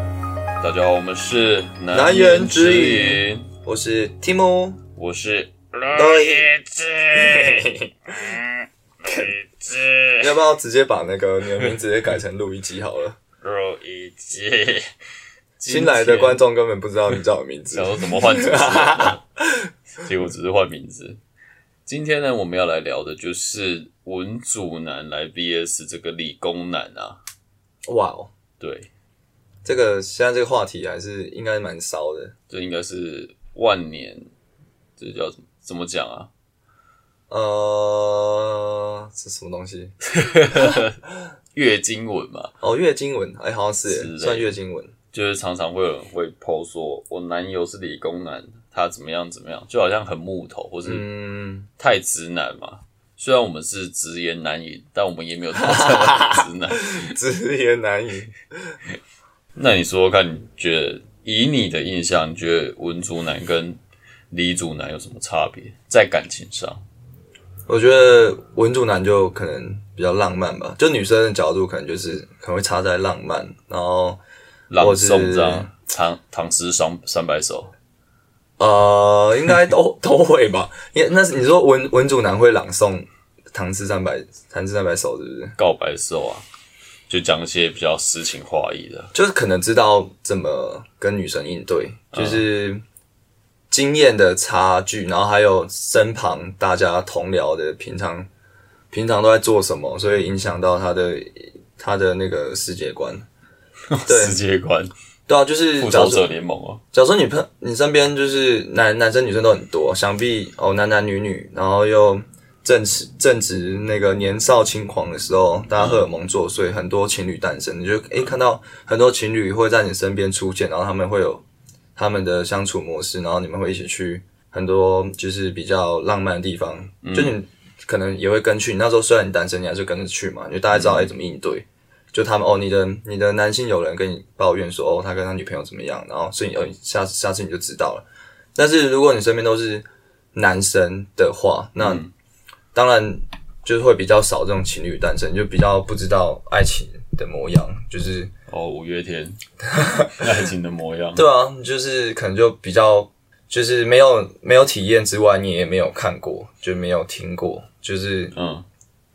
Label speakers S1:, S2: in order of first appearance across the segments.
S1: 大家好，我们是
S2: 南园之
S1: 言
S2: 隐，我是 Tim，
S1: 我是
S2: 罗伊
S1: 志，罗伊志，
S2: 要不要直接把那个你的名字直接改成路易吉好 了？
S1: 罗伊志，
S2: 新来 的观众根本不知道你叫我名字
S1: 想。说怎么换主持人呢？结果只是换名字。今天呢，我们要来聊的就是文组男来 VS 这个理工男啊，
S2: 哇哦，
S1: 对，
S2: 这个现在这个话题还是应该蛮骚的。
S1: 这应该是万年，这叫怎么怎么讲啊？
S2: 呃，这什么东西？
S1: 月经文嘛，
S2: 哦，月经文，哎、好像是
S1: 之类
S2: 耶
S1: 的
S2: 算月经文。
S1: 就是常常会有人会抛说，我男友是理工男，他怎么样怎么样，就好像很木头或是
S2: 嗯，
S1: 太直男嘛。虽然我们是直言难饮，但我们也没有到这么直男。
S2: 嗯直言难语。
S1: 那你说说看，你觉得以你的印象，你觉得文竹男跟理主男有什么差别？在感情上，
S2: 我觉得文主男就可能比较浪漫吧，就女生的角度可能就是可能会差在浪漫，然后
S1: 朗
S2: 我是
S1: 诵这样唐唐诗三三百首，
S2: 呃，应该都都会 吧。因为那是你说文文主男会朗诵《唐诗三百》《唐诗三百首》，是不是？
S1: 告白首啊，就讲一些比较诗情画意的。
S2: 就是可能知道怎么跟女生应对，
S1: 嗯
S2: 就是经验的差距，然后还有身旁大家同僚的平常平常都在做什么，所以影响到他的他的那个世界观。对
S1: 世界观，
S2: 对啊，就是
S1: 复
S2: 假
S1: 仇
S2: 如说
S1: 者联盟哦、
S2: 假如说你朋你身边就是男男生女生都很多，想必哦男男女女，然后又正值正值那个年少轻狂的时候，大家荷尔蒙作祟，很多情侣诞生，你就诶、看到很多情侣会在你身边出现，然后他们会有他们的相处模式，然后你们会一起去很多就是比较浪漫的地方，就你可能也会跟去。你那时候虽然你单身，你还是跟着去嘛，你就大概知道哎、诶怎么应对。就他们哦，你的你的男性友人跟你抱怨说哦，他跟他女朋友怎么样，然后所以你哦，下次下次你就知道了。但是如果你身边都是男生的话，那、当然就是会比较少这种情侣诞生，就比较不知道爱情的模样，就是
S1: 哦，五月 天，爱情的模样。
S2: 对啊，就是可能就比较就是没有没有体验之外，你也没有看过，就没有听过，就是
S1: 嗯，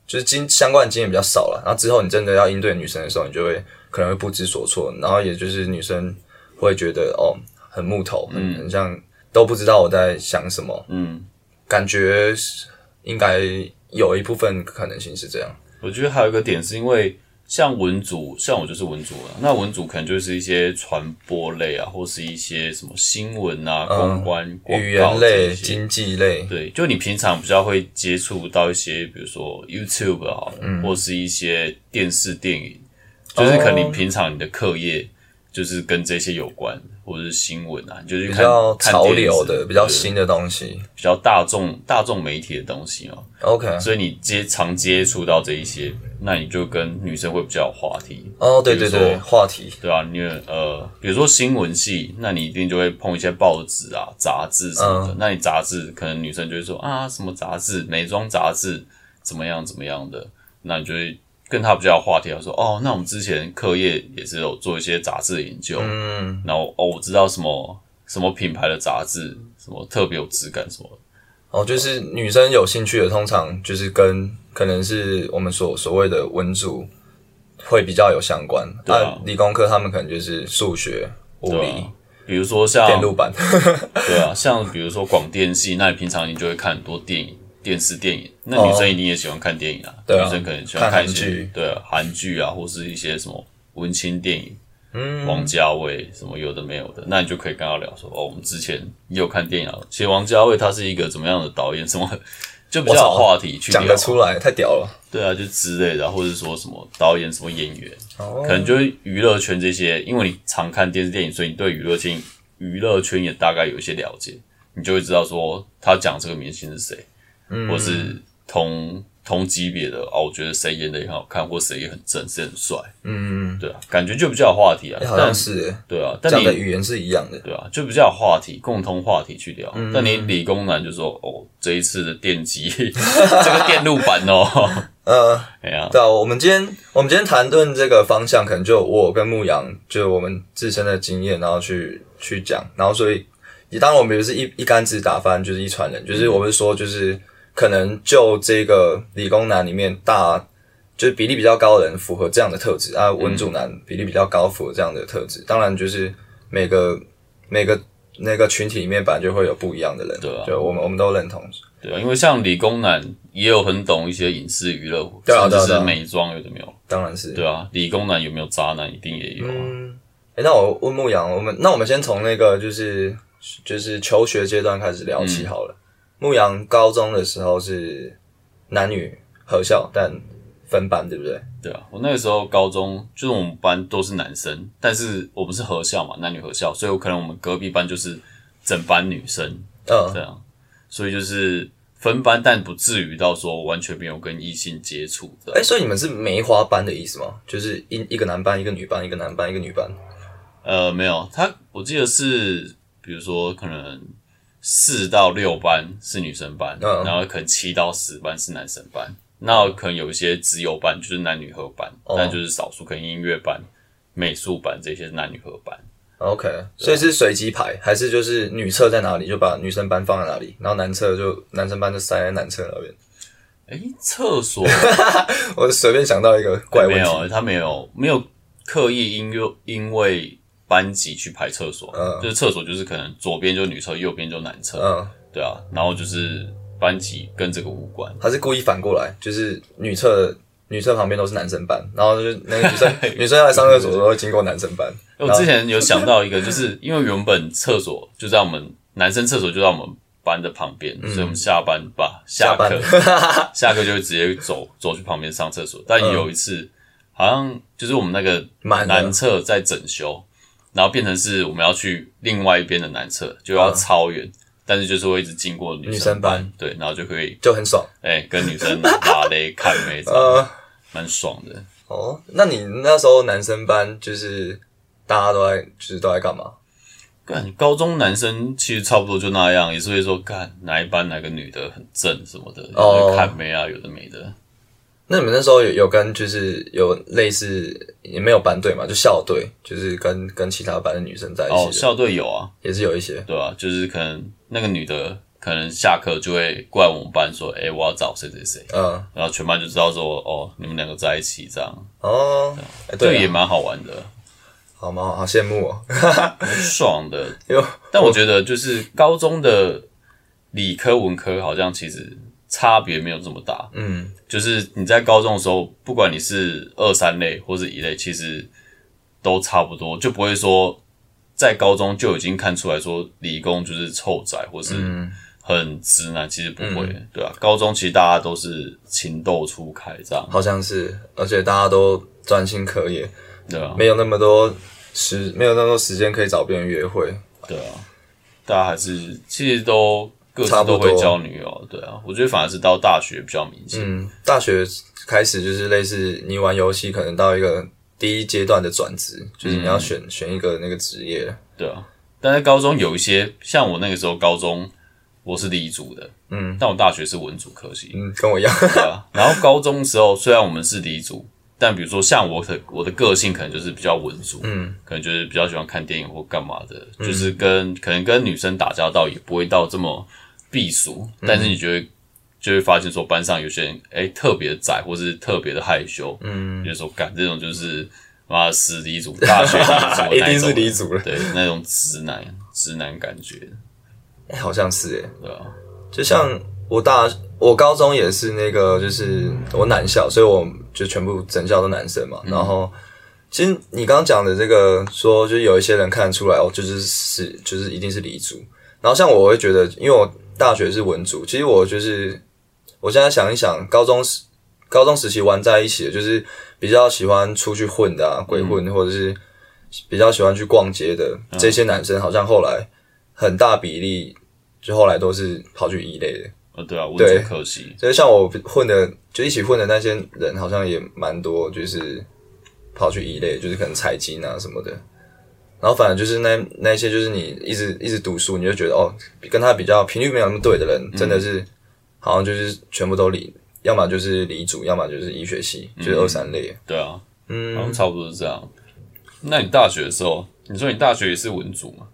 S2: 就是经相关的经验比较少了。然后之后你真的要应对女生的时候，你就会可能会不知所措，然后也就是女生会觉得哦很木头，很很像都不知道我在想什么，
S1: 嗯，
S2: 感觉是应该有一部分可能性是这样。
S1: 我觉得还有一个点是因为像文组，像我就是文组啊，那文组可能就是一些传播类啊，或是一些什么新闻啊、公关、广
S2: 嗯语
S1: 告
S2: 言
S1: 这
S2: 类、
S1: 些。
S2: 经济类，
S1: 对，就你平常比较会接触到一些，比如说 YouTube 好了，
S2: 嗯
S1: 或是一些电视电影，就是可能你平常你的课业就是跟这些有关，或者是新闻啊，你就是
S2: 比
S1: 看
S2: 较
S1: 看
S2: 潮
S1: 电视
S2: 流的、比较
S1: 对
S2: 新的东西。
S1: 比较大众大众媒体的东西嘛。
S2: OK，
S1: 所以你接常接触到这一些，那你就跟女生会比较有话题，
S2: 哦，对
S1: 比
S2: 对
S1: 如
S2: 对，
S1: 说
S2: 话题
S1: 对啊，因为呃，比如说新闻系，那你一定就会碰一些报纸啊、杂志什么的。那你杂志可能女生就会说啊，什么杂志，美妆杂志怎么样怎么样的，那你就会跟她比较有话题啊，说哦，那我们之前课业也是有做一些杂志的研究，
S2: 嗯，
S1: 然后哦，我知道什么什么品牌的杂志，什么特别有质感什么的。
S2: 哦，就是女生有兴趣的，通常就是跟可能是我们所所谓的文组会比较有相关。
S1: 对啊
S2: 理工科他们可能就是数学、物
S1: 对
S2: 理
S1: 啊、比如说像
S2: 电路板。
S1: 对啊，像比如说广电系，那你平常你就会看很多电影、电视、电影。那女生一定也喜欢看电影啊，
S2: 对啊
S1: 女生可能喜欢看一
S2: 看韩
S1: 些
S2: 剧
S1: 对啊韩剧啊，或是一些什么文青电影，嗯，王家卫什么有的没有的，那你就可以跟他聊说，哦，我们之前也有看电影啊。其实王家卫他是一个怎么样的导演，什么就比较有话题去
S2: 讲
S1: 聊
S2: 得，出来，太屌了。
S1: 对啊，就之类的啊，或者说什么导演、什么演员，
S2: 哦
S1: 可能就是娱乐圈这些，因为你常看电视电影，所以你对娱乐圈娱乐圈也大概有一些了解，你就会知道说他讲这个明星是谁，
S2: 嗯
S1: 或是同同级别的哦，我觉得谁演的也很好看，或谁也很正，谁很帅，
S2: 嗯，
S1: 对啊，感觉就比较有话题啊。
S2: 哎好
S1: 但
S2: 像是耶
S1: 对啊，但
S2: 讲的
S1: 你
S2: 语言是一样的。
S1: 对啊，就比较有话题，共同话题去
S2: 嗯
S1: 聊。 但你理工男就说哦，这一次的电机，这个电路板哦，
S2: 呃，
S1: 哎呀，
S2: 对啊，我们今天我们今天谈论这个方向，可能就我跟牧羊，就是我们自身的经验，然后去去讲，然后所以，也当然我们也不是一一竿子打翻，就是一船人，就是我们说，就是可能就这个理工男里面大，就是比例比较高的人符合这样的特质啊，文主男比例比较高符合这样的特质，当然就是每个每个那个群体里面本来就会有不一样的人，
S1: 对啊
S2: 就我们我们都认同，
S1: 对啊，因为像理工男也有很懂一些影视娱乐，
S2: 对啊
S1: 甚
S2: 对啊
S1: 至
S2: 对
S1: 是
S2: 啊
S1: 美妆有的没有？
S2: 当然是
S1: 对啊，理工男有没有渣男一定也有啊。
S2: 嗯，诶那我问牧羊，我们那我们先从那个就是就是求学阶段开始聊
S1: 嗯
S2: 起好了。牧羊高中的时候是男女合校，但分班，对不对？
S1: 对啊，我那个时候高中就是我们班都是男生，但是我们是合校嘛，男女合校，所以有可能我们隔壁班就是整班女生
S2: 嗯
S1: 这样，所以就是分班，但不至于到说完全没有跟异性接触的。
S2: 哎、所以你们是梅花班的意思吗？就是一一个男班，一个女班，一个男班，一个女班。
S1: 呃，没有，他我记得是，比如说可能四到六班是女生班，
S2: 嗯
S1: 然后可能七到十班是男生班，那可能有一些自由班就是男女合班，
S2: 哦
S1: 但就是少数，可能音乐班、美术班这些是男女合班。
S2: OK，所以
S1: 啊
S2: 是随机排，还是就是女厕在哪里就把女生班放在哪里，然后男厕就男生班就塞在男厕那边。
S1: 诶，厕所
S2: 我随便想到一个 怪
S1: 没
S2: 问
S1: 有
S2: 题，
S1: 欸，他没有没有刻意因为因为班级去排厕所，
S2: 嗯
S1: 就是厕所就是可能左边就女厕，右边就男厕，
S2: 嗯，
S1: 对啊，然后就是班级跟这个无关。
S2: 他是故意反过来，就是女厕女厕旁边都是男生班，然后就是那个女生 女生来上厕所的时候会经过男生班，
S1: 我之前有想到一个，就是因为原本厕所就在我们男生厕所就在我们班的旁边，所以我们下班吧下
S2: 嗯下班
S1: 课下课就会直接走走去旁边上厕所。但有一次、好像就是我们那个
S2: 嗯满了
S1: 男厕在整修，然后变成是我们要去另外一边的男厕，就要
S2: 嗯
S1: 超远。但是就是会一直经过女
S2: 女
S1: 生
S2: 生班
S1: 对，然后就可以
S2: 就很爽。
S1: 哎、跟女生打雷看妹子，
S2: 呃，
S1: 蛮爽的。
S2: 哦，那你那时候男生班就是大家都在就是都在干嘛？
S1: 干高中男生其实差不多就那样，也是会说干哪一班哪个女的很正什么的，然
S2: 哦
S1: 后就看妹啊，有的没的。
S2: 那你们那时候有有跟就是有类似也没有班队嘛，就校队，就是跟跟其他班的女生在
S1: 哦，
S2: 一起的，
S1: 校队有啊，
S2: 也是有一些。
S1: 对啊，就是可能那个女的可能下课就会过来我们班说，哎、我要找谁谁谁，
S2: 嗯，
S1: 然后全班就知道说，哦，你们两个在一起这样，
S2: 哦，哎
S1: 这个
S2: 对
S1: 也
S2: 啊，
S1: 蛮好玩的，
S2: 好嘛，好羡慕哦，
S1: 蛮爽的。
S2: 因为
S1: 但我觉得就是高中的理科文科好像其实差别没有这么大，
S2: 嗯，
S1: 就是你在高中的时候，不管你是二三类或是一类，其实都差不多，就不会说在高中就已经看出来说理工就是臭仔或是
S2: 嗯
S1: 很直男，其实不会，对啊，高中其实大家都是情窦初开这样，
S2: 好像是，而且大家都专心课业，
S1: 对啊，
S2: 没有那么多时，没有那么多时间可以找别人约会。
S1: 对啊，大家还是其实都各自
S2: 差不
S1: 都
S2: 多
S1: 会交女友，对啊，我觉得反而是到大学比较明显，
S2: 嗯，大学开始就是类似你玩游戏，可能到一个第一阶段的转职，就是你要选、选一个那个职业。
S1: 对啊，但是高中有一些像我那个时候高中我是理组的，
S2: 嗯，
S1: 但我大学是文组科系，
S2: 嗯，跟我一样。
S1: 对啊，然后高中的时候，虽然我们是理组，但比如说像我的我的个性可能就是比较文组，
S2: 嗯，
S1: 可能就是比较喜欢看电影或干嘛的，就是跟可能跟女生打交道也不会到这么避俗，
S2: 嗯
S1: 但是你就会就会发现说班上有些人哎、特别窄或是特别的害羞，嗯，就说干这种就是妈的死理组大学理组
S2: 一定是
S1: 理
S2: 理组了
S1: 对那种直男直男感觉，
S2: 哎好像是诶，
S1: 对啊吧、
S2: 就像我大我高中也是那个，就是我男校，所以我就全部整校都男生嘛。然后，其实你刚刚讲的这个说，就是有一些人看得出来，哦，就是是就是一定是理组。然后像我会觉得，因为我大学是文组，其实我就是我现在想一想，高中时高中时期玩在一起的，就是比较喜欢出去混的啊，鬼混、或者是比较喜欢去逛街的这些男生，好像后来很大比例就后来都是跑去一类的。
S1: 呃，对啊，文
S2: 对
S1: 组科系，
S2: 所以像我混的，就一起混的那些人，好像也蛮多，就是跑去一类，就是可能财经啊什么的。然后反正就是那那些就是你一直一直读书，
S1: 嗯
S2: 你就觉得哦，跟他比较频率没有那么对的人，真的是好像就是全部都理要么就是理组，要么就是医学系，就是二三类。
S1: 对啊，
S2: 嗯，
S1: 好像差不多是这样。那你大学的时候，你说你大学也是文组嘛？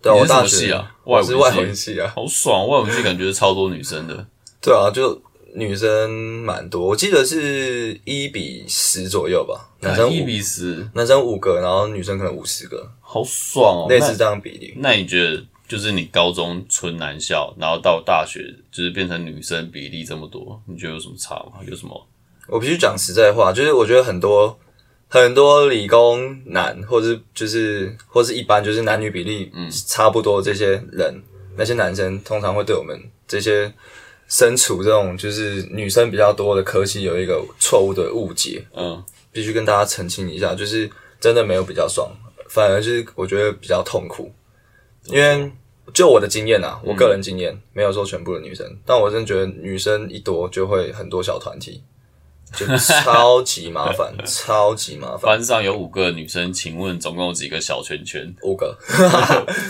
S2: 对啊，
S1: 你
S2: 我
S1: 是什
S2: 大
S1: 么系
S2: 学
S1: 啊
S2: 我是
S1: 外
S2: 外
S1: 文系
S2: 文系啊。
S1: 好爽，外文系感觉是超多女生的，
S2: 对啊，就女生蛮多，我记得是一比十左右吧， 男生
S1: 啊一
S2: 五，
S1: 比十，
S2: 男生五个，然后女生可能五十个，
S1: 好爽哦。
S2: 类似这样比例。
S1: 那那你觉得，就是你高中纯男校，然后到大学就是变成女生比例这么多，你觉得有什么差吗？有什么？
S2: 我必须讲实在话，就是我觉得很多很多理工男，或者是就是或是一般就是男女比例
S1: 嗯
S2: 差不多这些人，那些男生通常会对我们这些身处这种就是女生比较多的科系有一个错误的误解，
S1: 嗯，
S2: 必须跟大家澄清一下，就是真的没有比较爽，反而就是我觉得比较痛苦，因为。
S1: 嗯
S2: 就我的经验啊，我个人经验、没有说全部的女生，但我真的觉得女生一多就会很多小团体，就超级麻 烦，超级麻烦，
S1: 班上有五个女生，请问总共有几个小圈 圈？
S2: 五个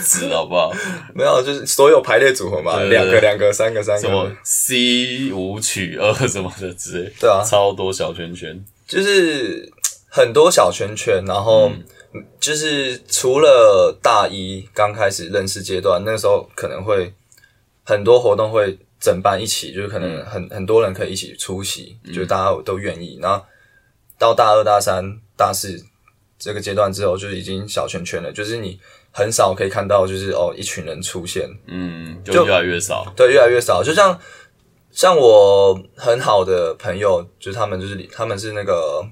S1: 指好不好？
S2: 没有，就是所有排列组合嘛，
S1: 对对
S2: 两
S1: 对
S2: 个两个三个三
S1: 什么
S2: 个，
S1: C 舞曲二什么的之类，
S2: 嗯对啊，
S1: 超多小圈圈。
S2: 就是很多小圈圈，然后就是除了大一刚开始认识阶段，那时候可能会很多活动会整班一起，就是可能很、很多人可以一起出席，就大家都愿意。然后到大二、大三、大四这个阶段之后，就是已经小圈圈了，就是你很少可以看到，就是哦一群人出现，
S1: 嗯，就
S2: 就
S1: 越来越少。
S2: 对，越来越少。就像像我很好的朋友，就是他们就是理他们是那个，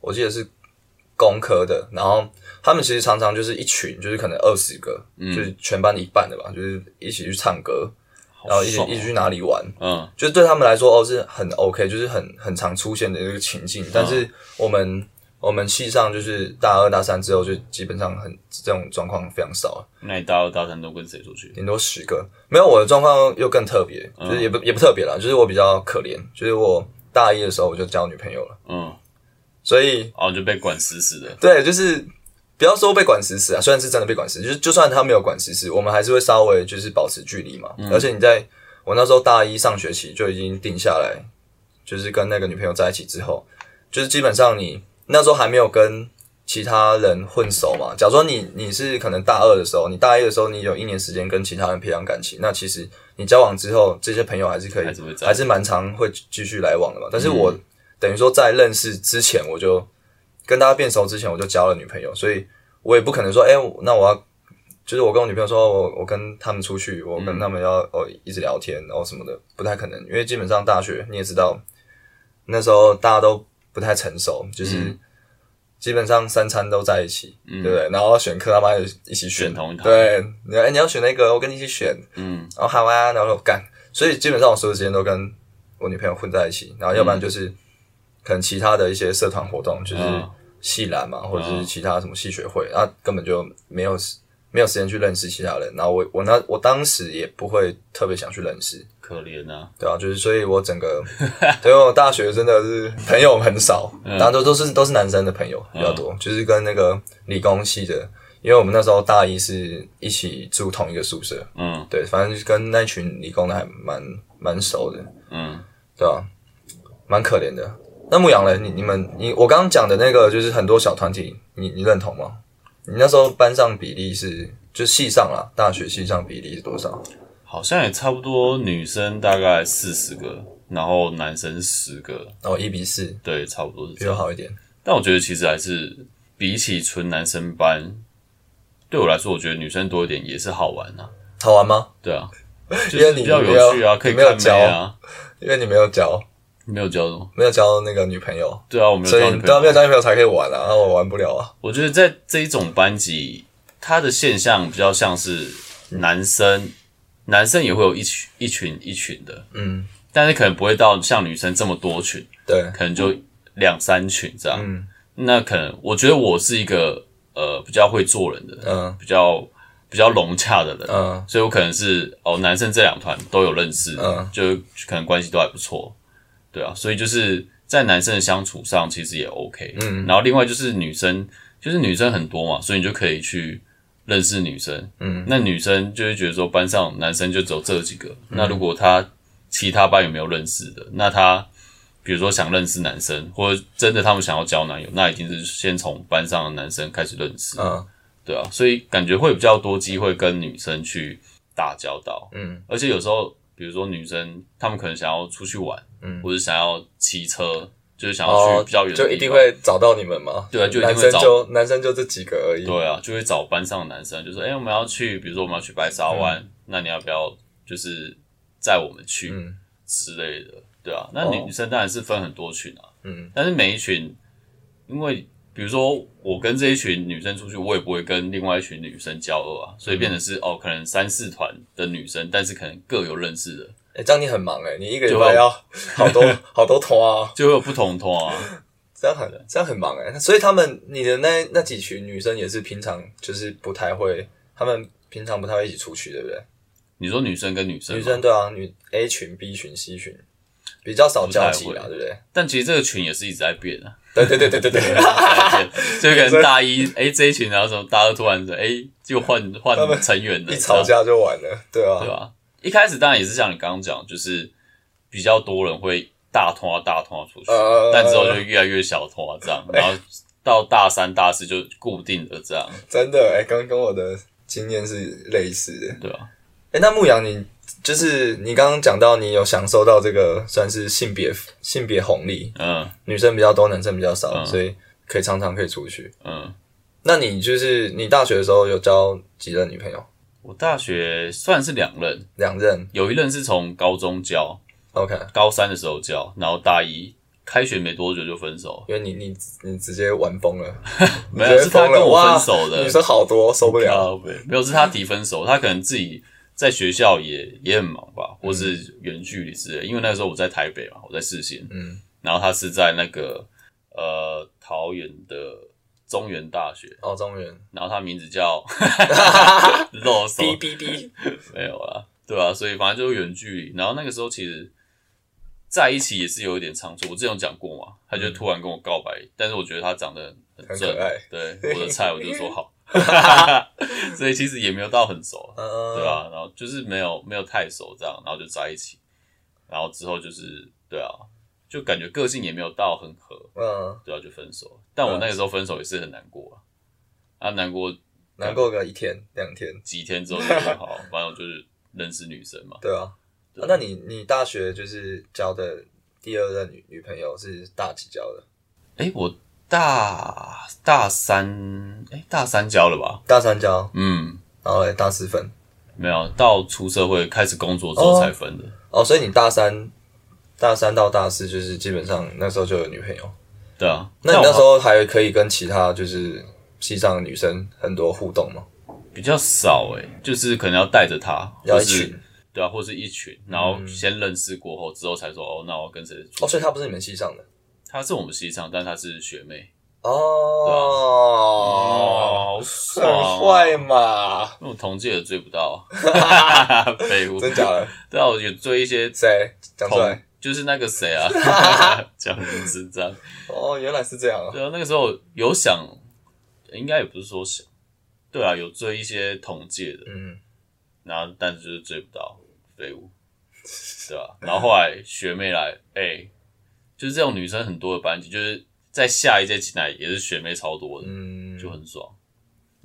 S2: 我记得是工科的，然后他们其实常常就是一群，就是可能二十个，
S1: 嗯
S2: 就是全班的一半的吧，就是一起去唱歌，然后一起、
S1: 爽哦
S2: 一起去哪里玩，
S1: 嗯，
S2: 就是对他们来说哦是很 OK，就是很很常出现的一个情境。
S1: 嗯
S2: 但是我们我们系上就是大二大三之后，就基本上很这种状况非常少了。
S1: 那你大二大三都跟谁出去？
S2: 顶多十个。没有我的状况又更特别，就是也不也不特别啦，就是我比较可怜，就是我大一的时候我就交女朋友了，
S1: 嗯，
S2: 所以
S1: 然后哦就被管死死的。
S2: 对，就是不要说被管死死啊，虽然是真的被管死，就是就算他没有管死死，我们还是会稍微就是保持距离嘛。而且你在我那时候大一上学期就已经定下来，就是跟那个女朋友在一起之后，就是基本上你那时候还没有跟。其他人混熟嘛？假如说你你是可能大二的时候，你大一的时候，你有一年时间跟其他人培养感情，那其实你交往之后，这些朋友还是可以，
S1: 还是会在嗯
S2: 还是蛮常会继续来往的嘛。但是我、等于说在认识之前，我就跟大家变熟之前，我就交了女朋友，所以我也不可能说，哎、那我要就是我跟我女朋友说，我我跟他们出去，我跟他们要哦一直聊天，然后什么的，不太可能，因为基本上大学你也知道，那时候大家都不太成熟，就是
S1: 嗯
S2: 基本上三餐都在一起，对不对？然后选课他妈就一起选
S1: 选同一堂
S2: 对，你要、哎你要选那个，我跟你一起选，
S1: 嗯，
S2: 哦好啊，然后我干，所以基本上我所有时间都跟我女朋友混在一起，然后要不然就是、可能其他的一些社团活动，就是
S1: 嗯
S2: 系篮嘛，或者是其他什么系学会，然后根本就没有时没有时间去认识其他人，然后我我那我当时也不会特别想去认识，
S1: 可怜啊。
S2: 对啊，就是所以我整个对因为我大学真的是朋友很少，然后都都是都是男生的朋友比较多，就是跟那个理工系的。因为我们那时候大一是一起住同一个宿舍，
S1: 嗯
S2: 对，反正就是跟那群理工的还蛮蛮熟的，
S1: 嗯，
S2: 对吧、蛮可怜的。那牧羊人，你你们你我刚刚讲的那个就是很多小团体，你你认同吗？你那时候班上比例是就系上啦，大学系上比例是多少？
S1: 好像也差不多，女生大概四十个，然后男生十个，
S2: 然后一比四，
S1: 对，差不多是这
S2: 比
S1: 样。
S2: 我好一点。
S1: 但我觉得其实还是比起纯男生班，对我来说，我觉得女生多一点也是好玩啊。
S2: 好玩吗？
S1: 对啊，就
S2: 因为
S1: 是
S2: 你
S1: 比较有趣啊，可以
S2: 你没有
S1: 看妹啊。
S2: 因为你没有交，
S1: 你没有交什么？
S2: 没有交那个女朋友，
S1: 对啊，我没有
S2: 所以
S1: 交女
S2: 你
S1: 朋
S2: 对
S1: 友
S2: 啊，没有交女朋友才可以玩啊，那我玩不了啊。
S1: 我觉得在这一种班级，它的现象比较像是
S2: 嗯
S1: 男生，男生也会有一群一群一群的，
S2: 嗯，
S1: 但是可能不会到像女生这么多群，
S2: 对，
S1: 可能就两三群这样。
S2: 嗯
S1: 那可能我觉得我是一个呃比较会做人的人，
S2: 嗯
S1: 比较比较融洽的人，
S2: 嗯
S1: 所以我可能是哦，男生这两团都有认识，
S2: 嗯
S1: 就可能关系都还不错，对啊，所以就是在男生的相处上其实也 OK，嗯，然后另外就是女生，就是女生很多嘛，所以你就可以去认识女生，
S2: 嗯，
S1: 那女生就会觉得说
S2: 嗯
S1: 班上男生就只有这几个，那如果他其他班有没有认识的，那他比如说想认识男生，或者真的他们想要交男友，那一定是先从班上的男生开始认识，
S2: 嗯
S1: 对啊，所以感觉会比较多机会跟女生去打交道，
S2: 嗯
S1: 而且有时候比如说女生她们可能想要出去玩，
S2: 嗯
S1: 或者想要骑车，就是想要
S2: 哦
S1: 去比较远，的
S2: 就
S1: 地
S2: 一定
S1: 方
S2: 会找到你们吗？
S1: 对啊就一定会
S2: 男生
S1: 找
S2: 就男生就这几个而已。
S1: 对啊，就会找班上的男生，就说：“哎、我们要去，比如说我们要去白沙湾，那你要不要就是载我们去、
S2: 嗯
S1: 之类的？”对啊，那女
S2: 哦
S1: 女生当然是分很多群啊，
S2: 嗯
S1: 但是每一群，因为比如说我跟这一群女生出去，我也不会跟另外一群女生交恶啊，所以变成
S2: 嗯
S1: 是、哦，可能三四团的女生，但是可能各有认识的，
S2: 哎、这样你很忙哎、你一个礼
S1: 就
S2: 拜要好多好多团啊，
S1: 就会有不同通啊。
S2: 这样很这样很忙哎、所以他们你的那那几群女生也是平常就是不太会，他们平常不太会一起出去，对不对？
S1: 你说女生跟女生，
S2: 女生，对啊，女 A 群、B 群、C 群比较少交集啦，
S1: 不太
S2: 对不对？
S1: 但其实这个群也是一直在变啊。
S2: 对对对对对对，
S1: 就可能大一哎、这一群，然后什么大二突然说哎、就换换
S2: 他们
S1: 成员了，
S2: 一吵
S1: 这样
S2: 架就完了，对啊，
S1: 对吧？一开始当然也是像你刚刚讲，就是比较多人会大拖大拖出去，
S2: 呃
S1: 但之后就越来越小拖这样，然后到大三大四就固定的这样，
S2: 真的哎、跟跟我的经验是类似的。
S1: 对吧？
S2: 哎、那牧羊你就是你刚刚讲到你有享受到这个算是性别性别红利，
S1: 嗯
S2: 女生比较多，男生比较少，
S1: 嗯
S2: 所以可以常常可以出去。
S1: 嗯，
S2: 那你就是你大学的时候有交几任女朋友？
S1: 我大学算是两任，
S2: 两任
S1: 有一任是从高中交，
S2: ，OK，
S1: 高三的时候交，然后大一开学没多久就分手，
S2: 因为你你你直接玩疯了，
S1: 没有
S2: 你直
S1: 是
S2: 接
S1: 他
S2: 疯了
S1: 跟我
S2: 哇
S1: 分手的，
S2: 女生好多受不了。
S1: 靠北没有是他提分手，他可能自己在学校也也很忙吧，或是远距离之类的。因为那个时候我在台北嘛，我在世新，
S2: 嗯，
S1: 然后他是在那个呃桃园的中原大学，
S2: 哦，中原，
S1: 然后他名字 叫露手，
S2: 哔哔哔，
S1: 没有啦，对吧、所以反正就是远距离。然后那个时候其实在一起也是有一点仓促，我之前有讲过嘛，他就突然跟我告白，但是我觉得他长得很
S2: 很
S1: 正
S2: 可爱，
S1: 对我的菜，我就说 好，所以其实也没有到很熟，
S2: 嗯嗯，
S1: 对啊，然后就是没有没有太熟这样，然后就在一起，然后之后就是对啊，就感觉个性也没有到很合，
S2: 嗯，
S1: 对啊，就分手了。但我那个时候分手也是很难过啊，啊难过
S2: 难过个一天两天，
S1: 几天之后就 说好，反正我就是认识女生嘛，
S2: 对啊。啊那你你大学就是交的第二任女女朋友是大几交的？
S1: 诶，我大大三，诶，大三交了吧？
S2: 大三交，
S1: 嗯，
S2: 然后嘞大四分。
S1: 没有，到出社会开始工作之后
S2: 哦
S1: 才分的。
S2: 哦，所以你大三大三到大四就是基本上那时候就有女朋友。
S1: 对啊，
S2: 那你
S1: 但
S2: 那
S1: 我
S2: 时候还可以跟其他就是系上的女生很多互动吗？
S1: 比较少诶，就是可能要带着她，
S2: 要
S1: 或
S2: 一嗯
S1: 是
S2: 群
S1: 对啊，或是一群，然后先认识过后之后才说哦，那我跟谁出
S2: 哦，所以她不是你们系上的
S1: 她是我们系上，但她是学妹。
S2: 哦，
S1: 好爽
S2: 很
S1: 啊、
S2: 坏嘛？
S1: 因为我同届也追不 到，废物。
S2: 真假的？
S1: 对啊，我有追一些
S2: 谁讲出
S1: 同
S2: 来？，
S1: 就是那个谁 啊，讲名字这样。
S2: 哦，原来是这样啊！
S1: 对啊，那个时候有想，应该也不是说想，对啊，有追一些同届的，
S2: 嗯，
S1: 然后但是就是追不到废物，对吧、然后后来学妹来，哎、就是这种女生很多的班级，就是在下一届进来也是学妹超多的，
S2: 嗯，
S1: 就很爽，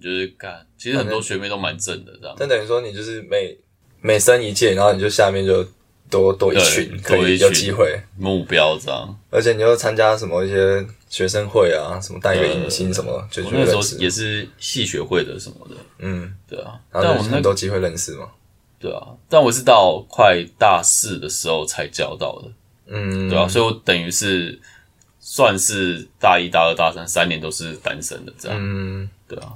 S1: 就是干，其实很多学妹都蛮正的，这样
S2: 那等于说你就是每每升一届，然后你就下面就多多一群，
S1: 对
S2: 可
S1: 多一
S2: 以
S1: 群
S2: 有机会，
S1: 目标这样。
S2: 而且你又参加什么一些学生会啊，什么带个迎新什么，就
S1: 嗯我
S2: 去
S1: 那个时
S2: 认
S1: 候
S2: 识，
S1: 也是系学会的什么的，
S2: 嗯，
S1: 对啊，
S2: 然
S1: 但
S2: 后
S1: 我
S2: 就
S1: 那
S2: 很多机会认识嘛，
S1: 对啊，但我是到快大四的时候才交到的，
S2: 嗯，
S1: 对啊，所以我等于是算是大一、大二、大三三年都是单身的这样，
S2: 嗯，
S1: 对啊，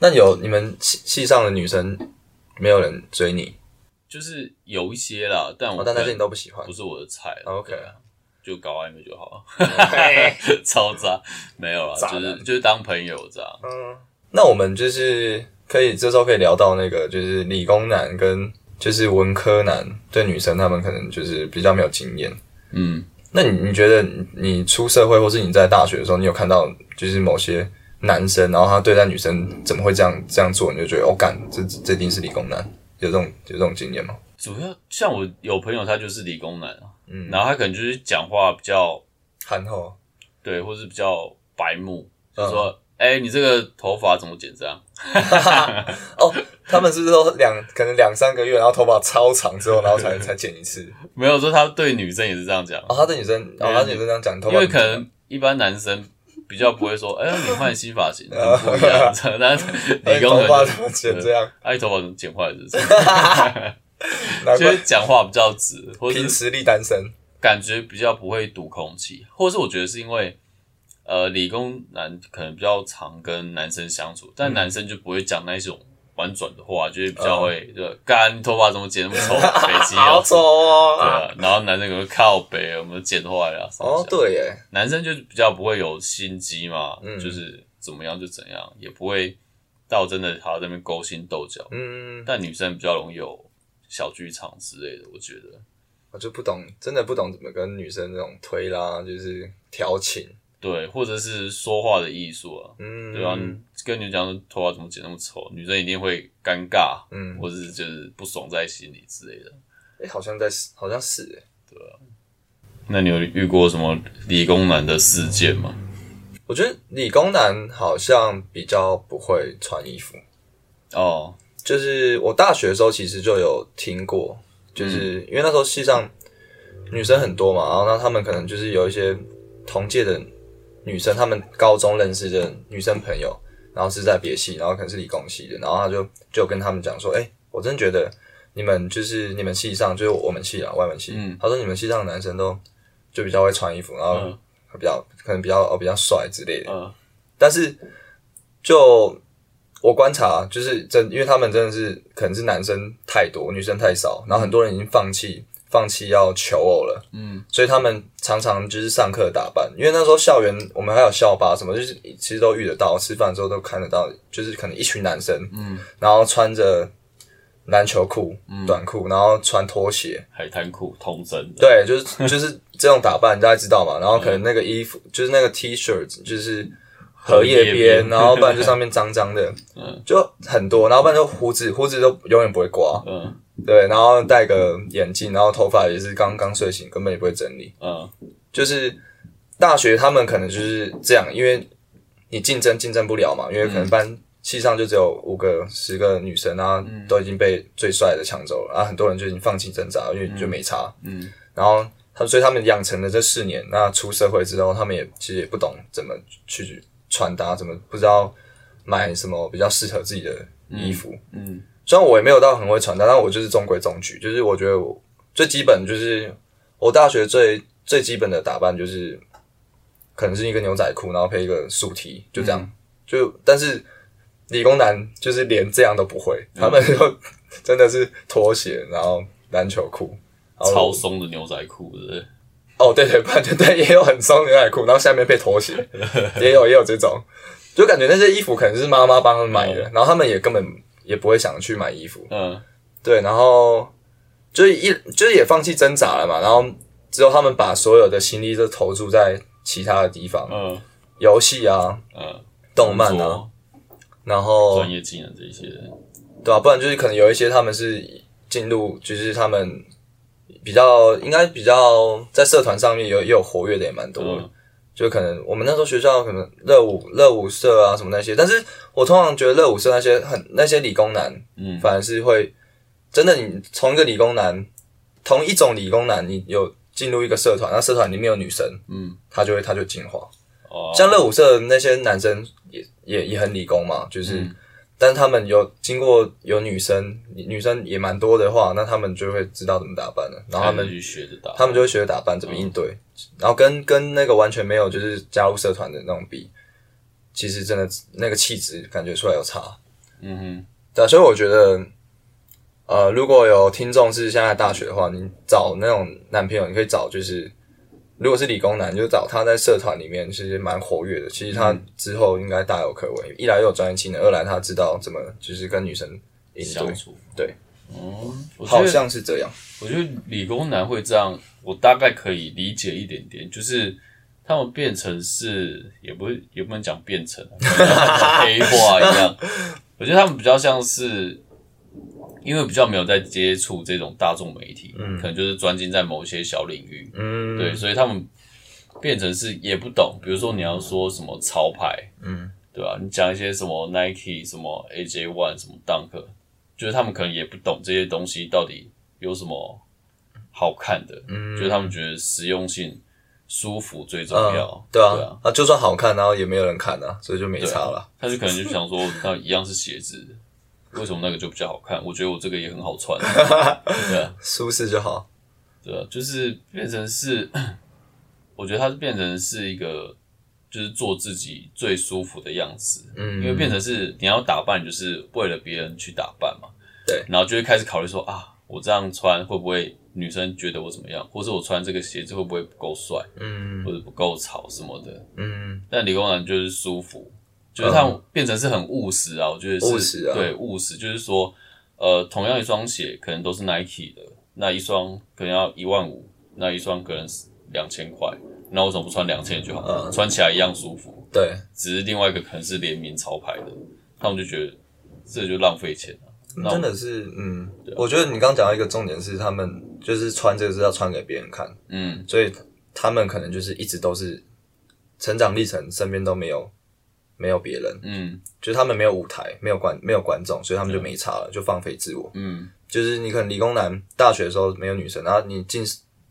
S2: 那有你们系系上的女生没有人追你，
S1: 就是有一些啦，但我
S2: 哦，但那
S1: 可
S2: 些
S1: 能
S2: 你都不喜欢
S1: 不是我的菜啦、
S2: ，OK，
S1: 对啊就搞暧昧就好了， 超渣，没有啦，
S2: 渣
S1: 就
S2: 男
S1: 是就是当朋友这样，
S2: 嗯，那我们就是可以这时候可以聊到那个，就是理工男跟就是文科男对女生，他们可能就是比较没有经验。
S1: 嗯，
S2: 那你你觉得你出社会，或是你在大学的时候，你有看到就是某些男生，然后他对待女生怎么会这样这样做，你就觉得哦，干这这一定是理工男，有这种有这种经验吗？
S1: 主要像我有朋友他就是理工男啊，嗯，然后他可能就是讲话比较
S2: 憨厚，哦
S1: 对，或是比较白目，
S2: 嗯
S1: 就说，哎、你这个头发怎么剪这样？
S2: 哦，他们是不是都两可能两三个月，然后头发超长之后，然后才才剪一次？
S1: 没有说他对女生也是这样讲，
S2: 哦，他对女生，哦，他对女生这样讲，头发
S1: 因为可能一般男生比较不会说，哎、你换新发 型很不一样，但是
S2: 哎
S1: 理工
S2: 头
S1: 很
S2: 发怎么剪这样？
S1: 爱头发怎么剪坏了是不是？
S2: 难
S1: 就
S2: 怪
S1: 是讲话比较直，或
S2: 凭
S1: 是
S2: 实力单身。
S1: 感觉比较不会读空气，或是我觉得是因为，呃，理工男可能比较常跟男生相处，
S2: 嗯
S1: 但男生就不会讲那种婉转的话，就是比较会就干你头发怎么剪那么 丑，北极
S2: 好
S1: 哦，
S2: 丑
S1: 对
S2: 哦！
S1: 啊，然后男生可能会靠北，我们剪坏了啊，什么
S2: 哦，对耶，
S1: 男生就是比较不会有心机嘛，
S2: 嗯
S1: 就是怎么样就怎样，也不会到真的还要在那边勾心斗角。
S2: 嗯，
S1: 但女生比较容易有小剧场之类的，我觉得。
S2: 我就不懂，真的不懂怎么跟女生这种推拉，就是调情，
S1: 对，或者是说话的艺术啊，
S2: 嗯，
S1: 对吧、跟你讲头发怎么剪那么丑，女生一定会尴尬，
S2: 嗯，
S1: 或者是就是不爽在心里之类的。
S2: 哎，好像在，好像是欸耶，
S1: 那你有遇过什么理工男的事件吗？
S2: 我觉得理工男好像比较不会穿衣服，
S1: 哦，
S2: 就是我大学的时候其实就有听过，就是、
S1: 嗯
S2: 因为那时候系上女生很多嘛，然后那他们可能就是有一些同届的女生，他们高中认识的女生朋友，然后是在别系，然后可能是理工系的，然后他就就跟他们讲说，哎、我真觉得你们就是你们系上就是我们系啊，外文系，
S1: 嗯
S2: 他说你们系上的男生都就比较会穿衣服，然后
S1: 嗯
S2: 比较、可能比较哦比较帅之类的，
S1: 嗯
S2: 但是就我观察，就是真，因为他们真的是可能是男生太多，女生太少，然后很多人已经放弃放弃要求偶了，
S1: 嗯，
S2: 所以他们常常就是上课打扮，因为那时候校园我们还有校巴什么，就是其实都遇得到，吃饭的时候都看得到，就是可能一群男生，
S1: 嗯，
S2: 然后穿着篮球裤、短裤，然后穿拖鞋，
S1: 海滩裤通身的，
S2: 对， 就是就是这种打扮，大家知道嘛。然后可能那个衣服，就是那个 T 恤，就是荷叶
S1: 嗯荷叶边嗯
S2: 边，然后不然就上面脏 脏的，就很多。然后不然就胡子，胡子都永远不会刮，
S1: 嗯
S2: 对。然后戴个眼镜，然后头发也是刚刚睡醒，根本也不会整理。
S1: 嗯
S2: 就是大学他们可能就是这样，因为你竞争竞争不了嘛，因为可
S1: 嗯
S2: 能班系上就只有五个、十个女生，然后
S1: 嗯
S2: 都已经被最帅的抢走了，然后很多人就已经放弃挣扎，因为就没差。
S1: 嗯，
S2: 然后他们所以他们养成了这四年，那出社会之后，他们也其实也不懂怎么去穿搭，怎么不知道买什么比较适合自己的衣服。
S1: 嗯
S2: 虽然我也没有到很会穿搭，但我就是中规中矩，就是我觉得我最基本就是我大学最最基本的打扮就是可能是一个牛仔裤，然后配一个竖 T，就这样。
S1: 嗯
S2: 就但是理工男就是连这样都不会，他们
S1: 嗯
S2: 就真的是拖鞋，然后篮球裤。然后
S1: 超松的牛仔裤，对不对？
S2: 哦，对对，反正对，也有很松的牛仔裤，然后下面配拖鞋，也有也有这种，就感觉那些衣服可能是妈妈帮他们买的，然后他们也根本也不会想去买衣服，
S1: 嗯
S2: 对，然后就是一就是也放弃挣扎了嘛，然后之后他们把所有的心力都投注在其他的地方，
S1: 嗯
S2: 游戏啊、
S1: 嗯，
S2: 动漫啊，
S1: 工
S2: 然
S1: 作
S2: 后
S1: 专业技能这一些，
S2: 对啊吧、不然就是可能有一些他们是进入，就是他们比较应该比较在社团上面有也有活跃的也蛮多的。
S1: 嗯
S2: 就可能我们那时候学校可能热舞热舞社啊什么那些，但是我通常觉得热舞社那些很那些理工男
S1: 嗯
S2: 反而是会真的你从一个理工男同一种理工男，你有进入一个社团，那社团里面有女生，
S1: 嗯，
S2: 他就会他就进化。
S1: 哦，
S2: 像热舞社那些男生也也也很理工嘛，就是，
S1: 嗯
S2: 但他们有经过有女生女生也蛮多的话，那他们就会知道怎么打扮了，然后他
S1: 他
S2: 们
S1: 们去学着打，
S2: 他们就会学打扮怎么应对，
S1: 嗯
S2: 然后跟跟那个完全没有就是加入社团的那种比，其实真的那个气质感觉出来有差。
S1: 嗯哼。
S2: 对啊、所以我觉得，呃，如果有听众是现在大学的话，你找那种男朋友，你可以找就是，如果是理工男，你就找他在社团里面其实蛮活跃的，其
S1: 嗯
S2: 实他之后应该大有可为。一来又有专业技能，二来他知道怎么就是跟女生应
S1: 相
S2: 对，
S1: 处。
S2: 对，
S1: 哦，我觉
S2: 好
S1: 得
S2: 像是这样。
S1: 我觉得理工男会这样，我大概可以理解一点点，就是他们变成是也不是也不能讲变 成啊，就是黑化一样。我觉得他们比较像是因为比较没有在接触这种大众媒体，嗯，可能就是专精在某些小领域，
S2: 嗯，
S1: 对，所以他们变成是也不懂。比如说你要说什么潮牌，
S2: 嗯，
S1: 对吧、你讲一些什么 Nike、什么 AJ One、什么 Dunk，就是他们可能也不懂这些东西到底有什么好看的，嗯，就是他们觉得实用性、舒服最重要，
S2: 嗯对
S1: 对
S2: 啊，啊，就算好看，然后也没有人看啊，所以就没
S1: 对啊
S2: 差了。
S1: 他就可能就想说，那一样是鞋子，为什么那个就比较好看？我觉得我这个也很好穿，对啊，
S2: 舒适就好。
S1: 对啊，就是变成是，我觉得它是变成是一个，就是做自己最舒服的样子，
S2: 嗯，
S1: 因为变成是你要打扮，就是为了别人去打扮嘛，
S2: 对
S1: 然后就会开始考虑说啊，我这样穿会不会女生觉得我怎么样，或是我穿这个鞋子会不会不够帅，
S2: 嗯
S1: 或者不够潮什么的，
S2: 嗯
S1: 但理工男就是舒服，就是他变成是很务实啊，我觉得是
S2: 务实啊
S1: 对务实，就是说，呃，同样一双鞋可能都是 Nike 的，那一双可能要一万五，那一双可能是两千块，那为什么不穿两千就好？
S2: 嗯
S1: 穿起来一样舒服，
S2: 对，
S1: 只是另外一个可能是联名潮牌的，他们就觉得这就浪费钱了、那我啊
S2: 真的是嗯，我觉得你刚讲到一个重点是，他们就是穿这个是要穿给别人看，
S1: 嗯，
S2: 所以他们可能就是一直都是成长历程，身边都没有没有别人，
S1: 嗯
S2: 就是他们没有舞台，没有观没有观众，所以他们就没差了，就放飞自我。
S1: 嗯
S2: 就是你可能理工男大学的时候没有女生，然后你进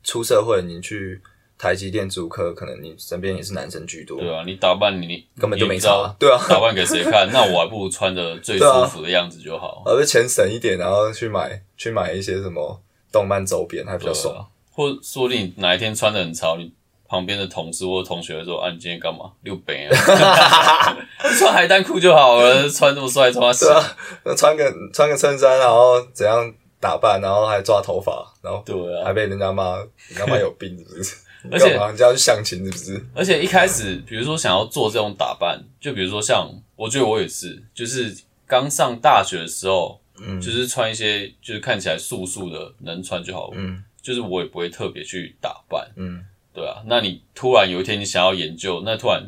S2: 出社会，你去台积电、主科，可能你身边也是男生居多，
S1: 对啊，你打扮你你
S2: 根本就没
S1: 知道
S2: 差，对啊，
S1: 打扮给谁看？那我还不如穿的最
S2: 对啊
S1: 舒服的样子就好。
S2: 而且钱省一点，然后去买去买一些什么动漫周边，还比较爽。
S1: 啊或者说不定你哪一天穿的很潮，你旁边的同事或同学说：“啊，你今天干嘛？溜北啊？ 穿海滩裤就好了，穿这么帅，穿什
S2: 对啊，那穿个穿个衬衫，然后怎样打扮，然后还抓头发，然后
S1: 对
S2: 还
S1: 啊，
S2: 被人家骂，你他妈有病是不是？你
S1: 而且
S2: 干嘛？人家去相亲是不是？
S1: 而且一开始，比如说想要做这种打扮，就比如说像，我觉得我也是，就是刚上大学的时候，
S2: 嗯
S1: 就是穿一些就是看起来素素的，能穿就好，
S2: 嗯
S1: 就是我也不会特别去打扮，
S2: 嗯，
S1: 对啊。那你突然有一天你想要研究，那突然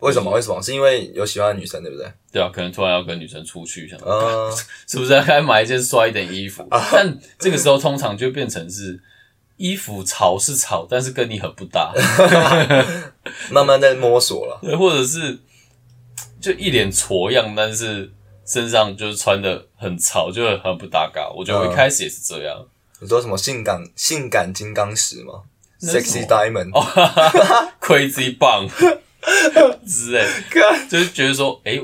S2: 为什么？为什么？是因为有喜欢的女生，对不对？
S1: 对啊，可能突然要跟女生出去，想说
S2: 嗯
S1: 是不是该买一件帅一点衣服？
S2: 啊
S1: 但这个时候通常就变成是衣服潮是潮，但是跟你很不 搭，
S2: 慢慢在摸索了。
S1: 对，或者是就一脸挫样，但是身上就是穿的很潮，就很不搭嘎。我觉得我一开始也是这样，
S2: 你说什么性感性感金刚石吗
S1: 那是什
S2: ？Sexy
S1: 么
S2: Diamond，
S1: 哦哈哈哈，crazy 棒 之类，
S2: 干
S1: 就是觉得说，诶、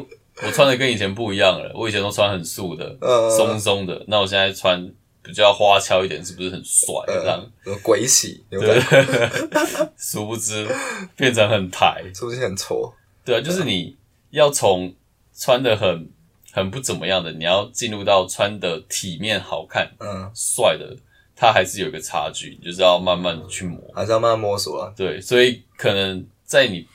S1: 我穿的跟以前不一样了，我以前都穿很素的，
S2: 呃
S1: 松松的，那我现在穿比较花俏一点，是不是很帅？这样
S2: 呃。，什么鬼洗牛仔
S1: 啊对
S2: 裤，
S1: 殊不知变成很台。
S2: 是不是很挫？
S1: 对啊，就是你要从穿的很很不怎么样的，你要进入到穿的体面、好看、
S2: 嗯，
S1: 帅的，它还是有一个差距，你就是要慢慢地去磨。
S2: 还是要慢慢摸索啊。
S1: 对，所以可能在你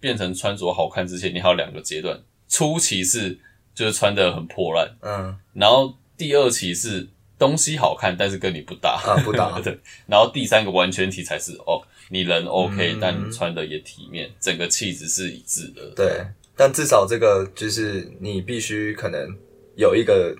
S1: 变成穿着好看之前，你还有两个阶段，初期是就是穿的很破烂，
S2: 嗯，
S1: 然后第二期是东西好看，但是跟你不搭，
S2: 啊不 搭
S1: 对，然后第三个完全体才是哦，你人 OK，、
S2: 嗯
S1: 但你穿的也体面，整个气质是一致的。
S2: 对，但至少这个就是你必须可能有一个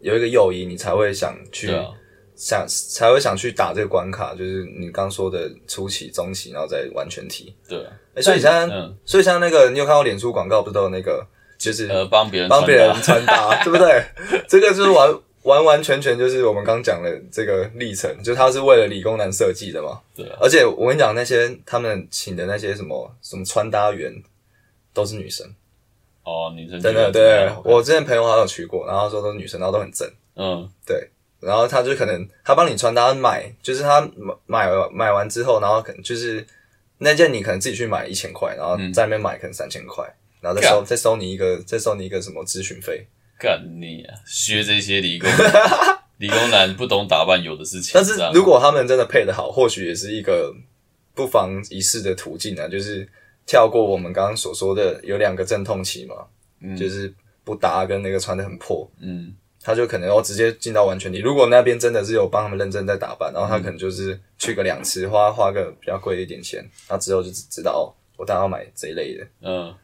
S2: 有一个诱因，你才会想去、
S1: 对啊，
S2: 想才会想去打这个关卡，就是你刚说的初期、中期，然后再完全提。
S1: 对啊。
S2: 哎所以现在，
S1: 嗯
S2: 所以像那个你有看到脸书广告，不是都有那个就是
S1: 呃，帮别人
S2: 帮别人
S1: 穿搭
S2: 穿搭， 对不对？这个就是完完完全全就是我们刚讲的这个历程，就是它是为了理工男设计的嘛。
S1: 对啊
S2: 而且我跟你讲，那些他们请的那些什么什么穿搭员，都是女生。
S1: 哦，女生
S2: 真的，
S1: 觉得
S2: 对啊
S1: 怎么样
S2: 我之前朋友好像有去过，然后他说都是女生，然后都很正，
S1: 嗯
S2: 然后他就可能他帮你穿搭买，就是他买买完买完之后，然后可能就是那件你可能自己去买一千块，然后
S1: 嗯
S2: 在那边买可能三千块，然后再收再收你一个再收你一个什么咨询费，
S1: 干你啊，学这些理工理工男不懂打扮，有的啊是钱。
S2: 但是
S1: 这样
S2: 如果他们真的配的好，或许也是一个不妨一试的途径啊，就是跳过我们刚刚所说的有两个阵痛期嘛，
S1: 嗯
S2: 就是不搭跟那个穿的很破，
S1: 嗯
S2: 他就可能要直接进到完全体。如果那边真的是有帮他们认真在打扮，然后他可能就是去个两次，花花个比较贵一点钱，那之后就知道哦，我当然要买这一类的。
S1: 嗯，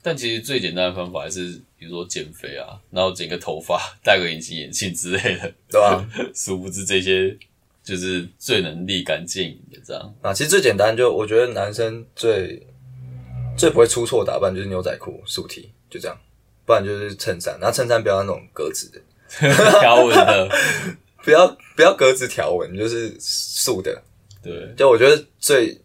S1: 但其实最简单的方法还是，比如说减肥啊，然后剪个头发，戴个隐形眼镜之类的。
S2: 对吧、啊？
S1: 殊不知这些就是最能立竿见影的这样。
S2: 啊，其实最简单就我觉得男生最最不会出错的打扮就是牛仔裤、竖 T，就这样，不然就是衬衫，然后衬衫不要那种格子的，
S1: 条纹的，
S2: 不要不要格子条纹，就是竖的。
S1: 对，
S2: 就我觉得最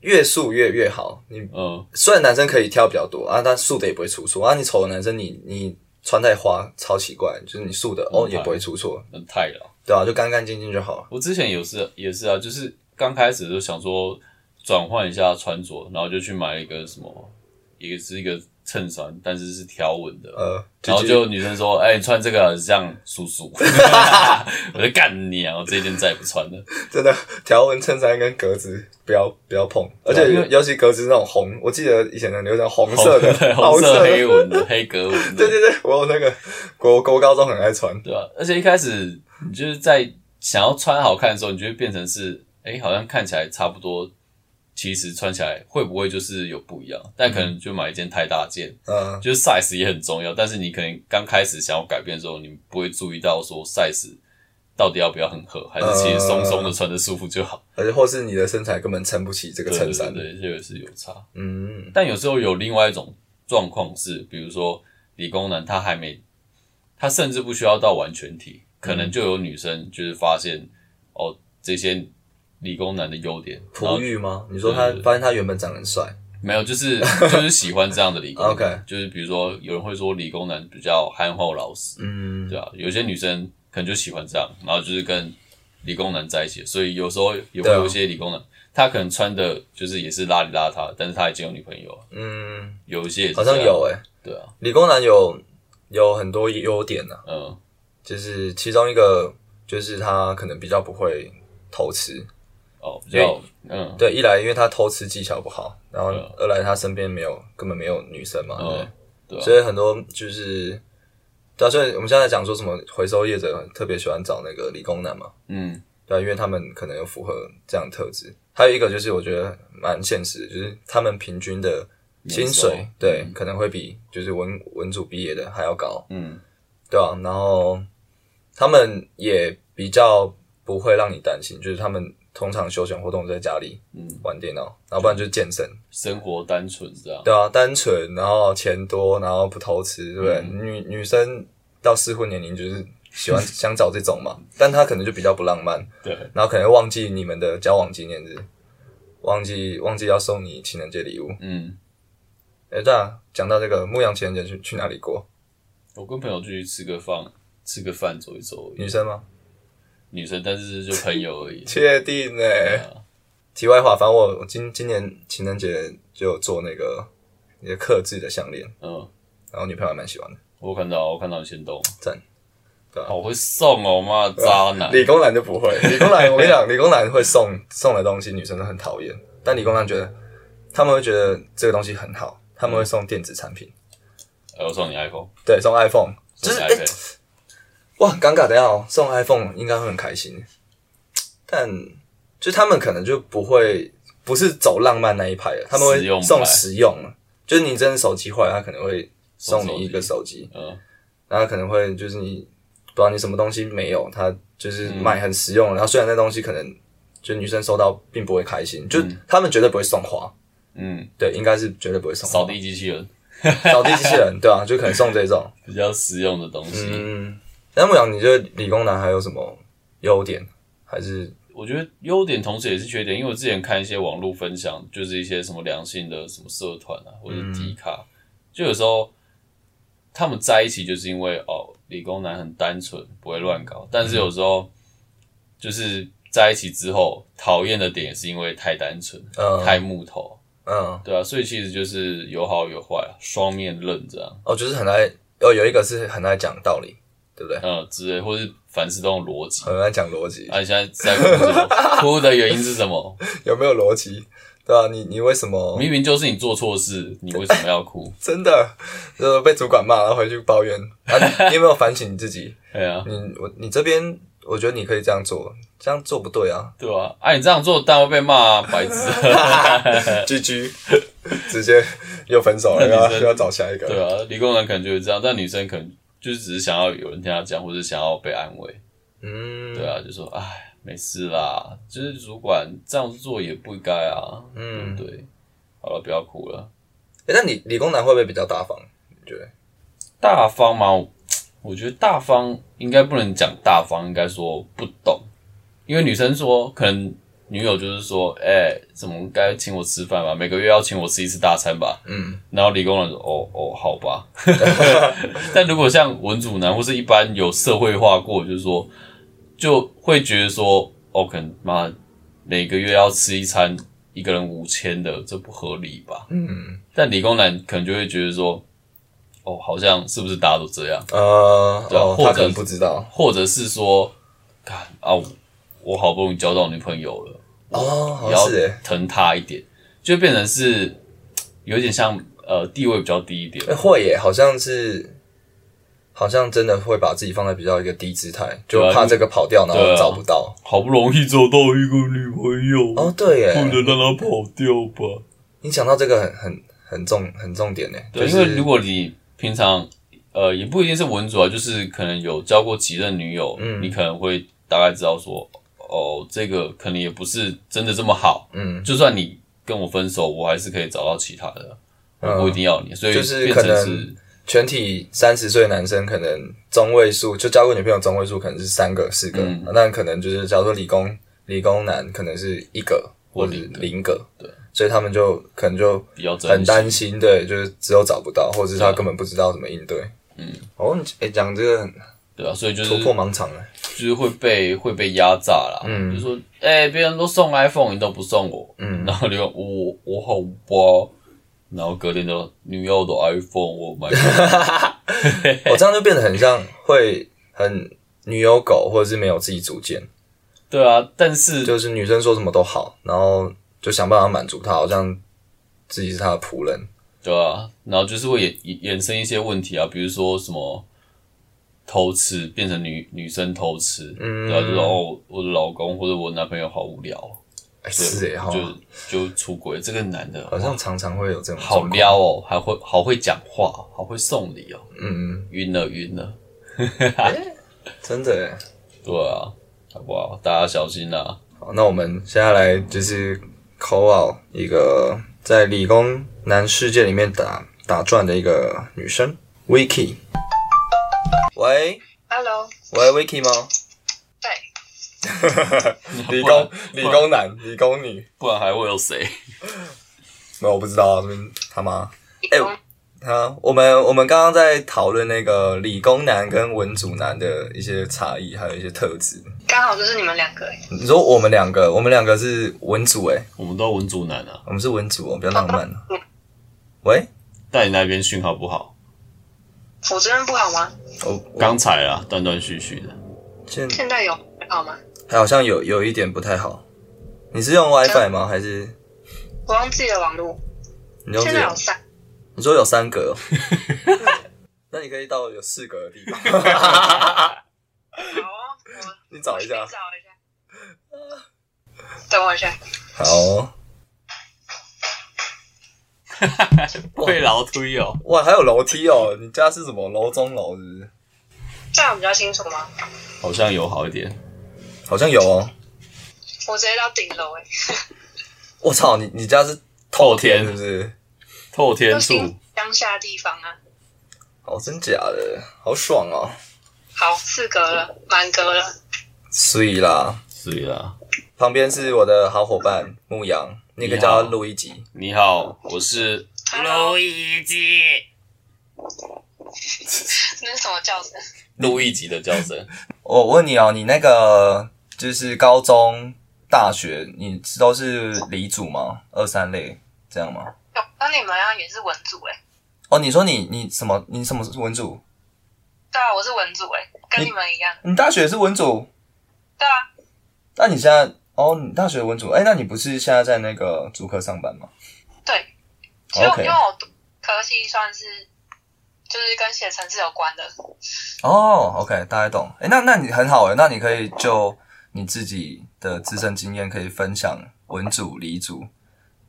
S2: 越素越越好。你
S1: 嗯，
S2: 虽然男生可以挑比较多啊，但素的也不会出错啊。你丑的男生你，你穿太花超奇怪，就是你素的哦
S1: 嗯
S2: 也不会出错，
S1: 那太了。
S2: 对啊吧、就干干净净就好了。
S1: 我之前有是也是啊，就是刚开始就想说转换一下穿着，然后就去买了一个什么，一个是一个衬衫，但是是条纹的。
S2: 呃，
S1: 然后
S2: 就
S1: 就女生说：“哎、你穿这个很像叔 叔。”我就干你啊！我这一件再也不穿了。
S2: 真的条纹衬衫跟格子不要不要碰，而
S1: 啊
S2: 且尤尤其格子那种红，我记得以前很流行红色 的、
S1: 红
S2: 色
S1: 色黑纹的、黑格纹的，
S2: 对对对，我有那个国国高中很爱穿，
S1: 对吧、而且一开始你就是在想要穿好看的时候，你就会变成是，哎、好像看起来差不多，其实穿起来会不会就是有不一样？但可能就买一件太大件，
S2: 嗯，
S1: 就是 size 也很重要。但是你可能刚开始想要改变的时候，你不会注意到说 size 到底要不要很合，还是其实松松的穿着舒服就好。
S2: 而且或是你的身材根本撑不起这个
S1: 对
S2: 衬衫，
S1: 对对，这个是有差。
S2: 嗯，
S1: 但有时候有另外一种状况是，比如说理工男他还没，他甚至不需要到完全体，可能就有女生就是发现、哦这些理工男的优点，然
S2: 璞
S1: 后
S2: 玉吗？你说他发现他原本长得很帅，
S1: 没有就是就是喜欢这样的理工
S2: OK
S1: 男，就是比如说有人会说理工男比较憨厚老实，
S2: 嗯，
S1: 对啊，有些女生可能就喜欢这样，然后就是跟理工男在一起，所以有时候也会
S2: 对啊
S1: 有一些理工男，他可能穿的就是也是邋里邋遢，但是他已经有女朋友了，
S2: 嗯，
S1: 有一些也是
S2: 好像
S1: 这样，
S2: 有诶、
S1: 对啊，
S2: 理工男有有很多优点呐、啊，
S1: 嗯。
S2: 就是其中一个就是他可能比较不会偷吃，
S1: 哦，比较嗯
S2: 对，一来因为他偷吃技巧不好，然后
S1: 对啊
S2: 二来他身边没有根本没有女生嘛，
S1: 嗯，对
S2: 对，
S1: 啊
S2: 所以很多就是，对啊，所以我们现在讲说什么回收业者特别喜欢找那个理工男嘛，
S1: 嗯
S2: 对啊，因为他们可能有符合这样的特质。还有一个就是我觉得蛮现实的，就是他们平均的薪
S1: 年收，
S2: 水对，可能会比就是文文组毕业的还要高，
S1: 嗯，
S2: 对啊，然后他们也比较不会让你担心，就是他们通常休闲活动在家里，
S1: 嗯，
S2: 玩电脑，然后不然就是健身，
S1: 生活单纯这样，
S2: 对啊，单纯，然后钱多，然后不偷吃，对不对？
S1: 嗯
S2: 女女生到适婚年龄就是 喜欢想找这种嘛，但她可能就比较不浪漫，
S1: 对，
S2: 然后可能会忘记你们的交往纪念日，忘记忘记要送你情人节礼物。
S1: 嗯，
S2: 哎，对啊，讲到这个牧羊情人节去去哪里过？
S1: 我跟朋友出去吃个饭，吃个饭走一走，
S2: 女生吗？，
S1: 女生但是就朋友而已
S2: 确定呢、
S1: 对啊
S2: 题外话，反正我我今今年情人节就有做那个一个克制的项链，
S1: 嗯，
S2: 然后女朋友还蛮喜欢的。
S1: 我有看到我看到你先动，
S2: 赞，对啊
S1: 好会送哦，妈渣男，
S2: 理工男就不会，理工男我跟你讲，理工男会送送的东西，女生都很讨厌，但理工男觉得他们会觉得这个东西很好，他们会送电子产品，
S1: 哎我送你 iPhone，
S2: 对，送 iPhone，就
S1: 送
S2: 是
S1: 你
S2: 哎、
S1: iPad，
S2: 哇，很尴尬，等一下哦，送 iPhone 应该会很开心，但就他们可能就不会不是走浪漫那一派的，他们
S1: 实用
S2: 会
S1: 派
S2: 送实用的，就是你真的手机坏了，他可能会
S1: 送
S2: 送你一个手机，
S1: 嗯，
S2: 然后可能会就是你不知道你什么东西没有，他就是买很实用的，然后虽然那东西可能就女生收到并不会开心，就他们绝对不会送花，
S1: 嗯，
S2: 对，应该是绝对不会送花
S1: 扫地机器人
S2: 扫地机器人，对啊，就可能送这 种，
S1: 比较实用的东西，
S2: 嗯，那牧羊，你觉得理工男还有什么优点？还是
S1: 我觉得优点同时也是缺点，因为我之前看一些网络分享，就是一些什么良性的什么社团啊，或者
S2: 嗯
S1: 是迪卡，就有时候他们在一起就是因为哦，理工男很单纯，不会乱搞，但
S2: 嗯
S1: 是有时候就是在一起之后，讨厌的点也是因为太单纯，
S2: 嗯
S1: 太木头，
S2: 嗯，
S1: 对啊，所以其实就是有好有坏啊，双面刃这样，
S2: 哦，就是很爱哦，有一个是很爱讲道理，对不对？
S1: 嗯之类，或是凡事都用逻辑。
S2: 很爱讲逻辑，
S1: 啊，你现在在哭什么？哭的原因是什么？
S2: 有没有逻辑？对啊，你你为什么
S1: 明明就是你做错事，你为什么要哭？
S2: 真的就是被主管骂，然后回去抱怨？啊， 你你有没有反省你自己？
S1: 对啊，
S2: 你我你这边，我觉得你可以这样做，这样做 不对啊。
S1: 对啊，啊，你这样做当然会被骂啊，白痴。
S2: 居居，直接又分手
S1: 那
S2: 了，又
S1: 女
S2: 要
S1: 生
S2: 又要找下一个。
S1: 对啊，理工男可能就是这样，但女生可能就是只是想要有人听她讲，或者想要被安慰。
S2: 嗯，
S1: 对啊，就说哎，没事啦，就是主管这样做也不应该啊，对
S2: 嗯
S1: 不，对？好了，不要哭了。
S2: 诶那理理工男会不会比较大方？你觉得？
S1: 大方嘛，我我觉得大方应该不能讲大方，应该说不懂，因为女生说可能女友就是说，哎、怎么该请我吃饭吧，每个月要请我吃一次大餐吧。
S2: 嗯，
S1: 然后理工男说，哦哦，好 吧。 但如果像文主男或是一般有社会化过，就是说就会觉得说，哦，可能妈每个月要吃一餐，一个人五千的，这不合理吧？
S2: 嗯，
S1: 但理工男可能就会觉得说，哦，好像是不是大家都这样？
S2: 呃，
S1: 对啊
S2: 哦，
S1: 或者
S2: 他可能不知道
S1: 或者是说，看啊，我我好不容易交到女朋友了，
S2: 哦，好
S1: 也
S2: 像
S1: 要
S2: 是诶
S1: 疼她一点，就变成是有点像呃地位比较低一点，
S2: 诶，会耶，哎好像是，好像真的会把自己放在比较一个低姿态，就
S1: 对啊
S2: 怕这个跑掉，然
S1: 对
S2: 后
S1: 啊
S2: 找不到。
S1: 好不容易找到一个女朋友，
S2: 哦，对耶，
S1: 不能让她跑掉吧？
S2: 你讲到这个很很很重很重点呢，
S1: 对，
S2: 就
S1: 因为如
S2: 是
S1: 果你平常呃也不一定是文主啊，就是可能有交过几任女友，
S2: 嗯
S1: 你可能会大概知道说，哦，这个可能也不是真的这么好，
S2: 嗯，
S1: 就算你跟我分手，我还是可以找到其他的。我不一定要你，所以
S2: 嗯就是
S1: 变
S2: 可
S1: 成
S2: 能
S1: 是
S2: 全体三十岁男生可能中位数，就交过女朋友中位数可能是三个、四个，啊
S1: 嗯
S2: 那可能就是假如说理工理工男可能是一个
S1: 或
S2: 或者
S1: 零个
S2: 零个，
S1: 对，
S2: 所以他们就可能就
S1: 比较真
S2: 很
S1: 心
S2: 担心，对，就是只有找不到，或者是他
S1: 对啊
S2: 根本不知道怎么应对。
S1: 嗯，
S2: 哦，哎，讲这个很
S1: 对啊，所以就是
S2: 突破盲肠 了，
S1: 就是会被会被压榨啦。
S2: 嗯
S1: 就是说，哎、别人都送 iPhone，你都不送我，
S2: 嗯
S1: 然后你就我我好吧，然后隔天就你要我的 iPhone，我买不 起。
S2: 我、这样就变得很像会很女友狗，或者是没有自己主见，
S1: 对啊，但是
S2: 就是女生说什么都好，然后就想办法满足她，好像自己是她的仆人。
S1: 对啊，然后就是会衍衍生一些问题啊，比如说什么偷吃变成女女生偷吃，
S2: 嗯
S1: 对啊，就是哦，我的老公或者我男朋友好无聊哦，
S2: 哎，
S1: 对
S2: 是哎哈，
S1: 就就出轨，这个男的
S2: 好像常常会有这种
S1: 好
S2: 状况，
S1: 撩哦，还会好会讲话，好会送礼哦，
S2: 嗯，
S1: 晕了晕了，
S2: 真的耶。
S1: 对啊，好不好？大家小心啦、啊，
S2: 好，那我们接下来就是扣 out 一个在理工男世界里面打打转的一个女生，Vicky。喂
S3: Hello，
S2: 喂，Vicky 吗？
S3: 对，
S2: 理工理工男理工女，
S1: 不然还会有谁？
S2: 没有我不知道啊，这边他妈。哎
S3: 我
S2: 啊，我们我们刚刚在讨论那个理工男跟文组男的一些差异，还有一些特质。
S3: 刚好就是你们两个欸，
S2: 你说我们两个，我们两个是文组诶、
S1: 我们都文竹男啊，
S2: 我们是文组，哦，比较浪漫。喂，
S1: 但你那边讯号不好，
S3: 我这边不好吗？
S2: 哦我我
S1: 刚才啊断断续续的，
S2: 现
S3: 现在有好吗？
S2: 还好像有有一点不太好。你是用
S3: 呃
S2: WiFi 吗？还是
S3: 我忘记了网络，
S2: 你用
S3: 现
S2: 这
S3: 在
S2: 个
S3: 有？三，
S2: 你说有三格哦、 那你可以到有四格的地方，
S3: 好哦，我
S2: 你找一下
S3: 我去。找一下，等我一下，
S2: 好哦，
S1: 被劳推哦，
S2: 哇，还有楼梯哦！你家是什么楼中楼？是不是？
S3: 这样比较清楚吗？
S1: 好像有好一点，
S2: 好像有哦。
S3: 我直接到顶楼哎，
S2: 我操，你你家是
S1: 透天
S2: 是不是？
S1: 透天
S3: 都
S1: 处，
S3: 新乡下地方啊。
S2: 哦，真假的，好爽哦！
S3: 好，四格了，满格了，
S2: 所以啦，
S1: 是
S2: 啊
S1: 啦。
S2: 旁边是我的好伙伴牧羊，你可以叫他录一集。
S1: 你好，我是
S3: Hello
S1: 易吉，
S3: 那是什么叫声？
S1: 路易吉的叫声，
S2: 我问你哦，你那个就是高中、大学，你都是理组吗？二三类这样吗？
S3: 哦那你们要也是文组哎？
S2: 哦，你说你你什么？你什么文组？
S3: 对啊，我是文组哎，跟
S2: 你
S3: 你们一样。
S2: 你大学是文组？
S3: 对啊，
S2: 那你现在哦，你大学文组？哎，那你不是现在在那个主科上班吗？哦
S3: 对，因为
S2: OK
S3: 因为我读科系算是就是跟写程式有关的，
S2: 哦，OK，大概懂。哎，那那你很好哎，那你可以就你自己的自身经验，可以分享文组、理组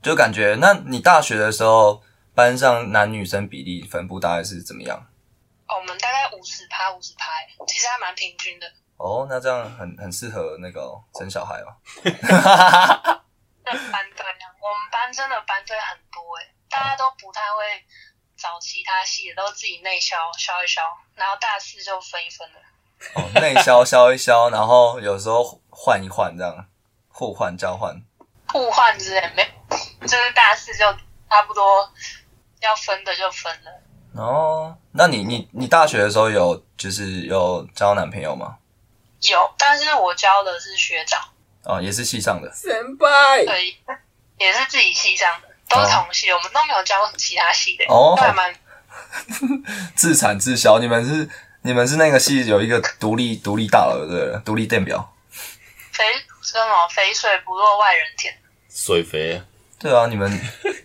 S2: 就感觉，那你大学的时候，班上男女生比例分布大概是怎么样？
S3: 哦，我们大概五十趴五十趴，欸其实还蛮平均的。
S2: 哦，那这样很很适合那个哦生小孩哦。
S3: 那班队呢？我们班真的班队很多哎、大家都不太会找其他系的，都自己内销销一销，然后大四就分一分了。
S2: 哦，内销销一销，然后有时候换一换，这样互换交换。
S3: 互换之类，没，就是大四就差不多要分的就分了。
S2: 哦，那你你你大学的时候有就是有交男朋友吗？
S3: 有，但是我教的是学长，
S2: 哦，也是系上的。
S4: 神拜，
S3: 对，也是自己系上的，都是同系，我们都没有教其他系的，
S2: 哦
S3: 都还蛮
S2: 自产自销，你们是你们是那个系有一个独立独立大楼的独立电表。
S3: 肥什么肥水不落外人田。
S1: 水肥，
S2: 对啊，你们